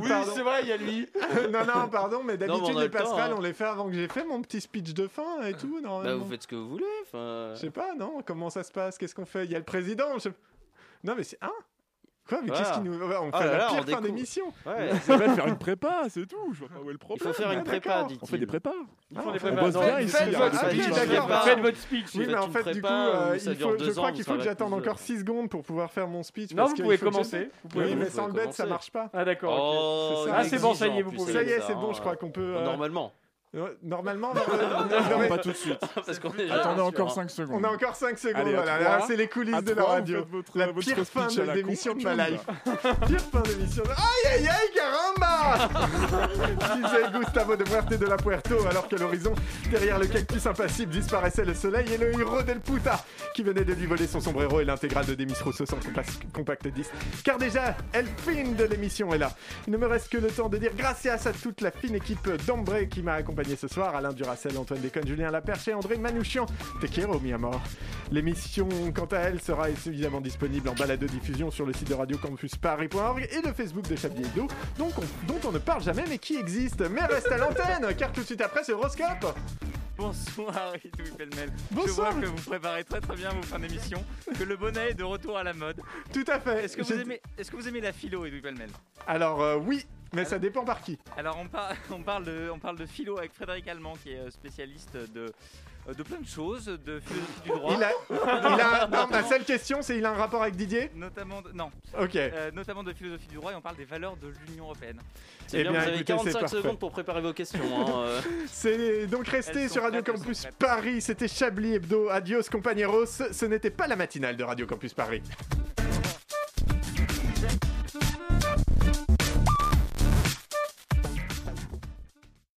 Q: Oui, c'est vrai, il y a lui.
A: non, non, pardon, mais
C: Non, mais
A: d'habitude
C: on a
A: les
C: le temps,
A: passerelles,
C: hein.
A: on les fait avant que j'ai fait mon petit speech de fin et tout.
C: Bah,
A: Normalement.
C: vous faites ce que vous voulez. enfin.
A: Je sais pas, non Comment ça se passe Qu'est-ce qu'on fait Il y a le président. je- Non, mais c'est. Hein Quoi Mais qu'est-ce
C: Voilà.
A: qui nous. Ouais, On
C: Ah
A: fait
C: là
A: la
C: là, on
A: pire fin
C: découvre.
A: d'émission.
C: Ouais.
R: Ça va faire une prépa, c'est tout. Je vois pas où est le
C: Il
R: problème.
C: faut faire une
A: Ah,
C: prépa,
A: d'accord.
C: dit-il.
R: On fait des prépas.
A: Ah,
R: On
A: on fait-
R: bosse
A: non,
R: bien
A: faites
R: ici. hein,
A: votre
R: alors,
A: speech,
R: c'est-
A: faites votre-
K: Faites votre speech.
A: Oui, mais en fait, du coup, euh, il faut- je crois qu'il faut que j'attende
C: euh.
A: encore 6 secondes pour pouvoir faire mon speech.
K: Non,
A: parce
K: vous
A: que
K: pouvez
A: il faut que
K: commencer.
A: j'essaie.
K: Vous pouvez-
A: oui,
K: vous
A: mais
K: pouvez
A: sans le bête, ça
C: commencer.
A: marche pas.
K: Ah, d'accord. ok.
C: Oh,
K: Ah, c'est bon, ça y est,
C: exigeant,
K: vous
C: plus,
K: pouvez.
A: Ça y est,
C: ça,
A: c'est bon,
C: hein.
A: je crois qu'on peut. euh,
C: Normalement.
A: euh, Normalement, non, mais-
R: Pas tout de suite.
C: Parce qu'on est
R: Attendez
C: sûr,
R: encore
C: hein.
R: 5 secondes.
A: On a encore 5 secondes,
R: Allez, à
A: voilà,
R: trois.
A: là, c'est les coulisses
R: À
A: de la
R: trois, vous
A: radio.
R: Oh, faites votre-
A: la
R: votre
A: pire fin
R: speech à
A: de
R: la
A: d'émission
R: con,
A: de
R: et
A: ma
R: puis on y
A: life. pire fin d'émission de... Aïe aïe aïe, caramba Disait Gustavo de Muerte de la Puerto, alors qu'à l'horizon, derrière le cactus impassible, disparaissait le soleil et le héros del puta, qui venait de lui voler son sombrero et l'intégrale de Demis Rousseau sans compa- compact 10. Car déjà, elle fine de l'émission est là. Il ne me reste que le temps de dire gracias à toute la fine équipe d'Ambré qui m'a accompagné ce soir. Alain Duracel, Antoine Déconne, Julien Laperche et André Manouchian. Tequero, mis à mort. L'émission, quant à elle, sera évidemment disponible en balade de diffusion sur le site de Radio Campus Paris.org et le Facebook de Chablis Hebdo, donc on- dont on ne parle jamais mais qui existe. Mais reste à l'antenne, car tout de suite après, c'est horoscope.
S: Bonsoir Edoui Pellemel.
A: Bonsoir.
S: Je vois que vous préparez très très bien vos fins d'émission, que le bonnet est de retour à la mode.
A: Tout à fait.
S: Est-ce que,
A: J'ai-
S: vous aimez, est-ce que vous aimez la philo Edoui Pellemel
A: Alors, euh, oui, mais ça dépend par qui.
S: Alors on, par- on, parle de, on parle de philo avec Frédéric Allemand qui est euh, spécialiste de, euh, de plein de choses, de philosophie du droit.
A: Il a, il a- non, ma seule question, c'est il a un rapport avec Didier
S: Notamment de, non.
A: Ok.
S: Euh, notamment de philosophie du droit et on parle des valeurs de l'Union Européenne.
A: Eh
C: C'est bien,
A: bien,
C: vous avez
A: écoutez, c'est
C: 45
A: parfait.
C: secondes pour préparer vos questions. hein, euh.
A: C'est donc resté
C: Elles sont
A: sur Radio
C: prêtes, elles
A: Campus Paris, c'était Chablis Hebdo, adios compagneros, ce n'était pas la matinale de Radio Campus Paris.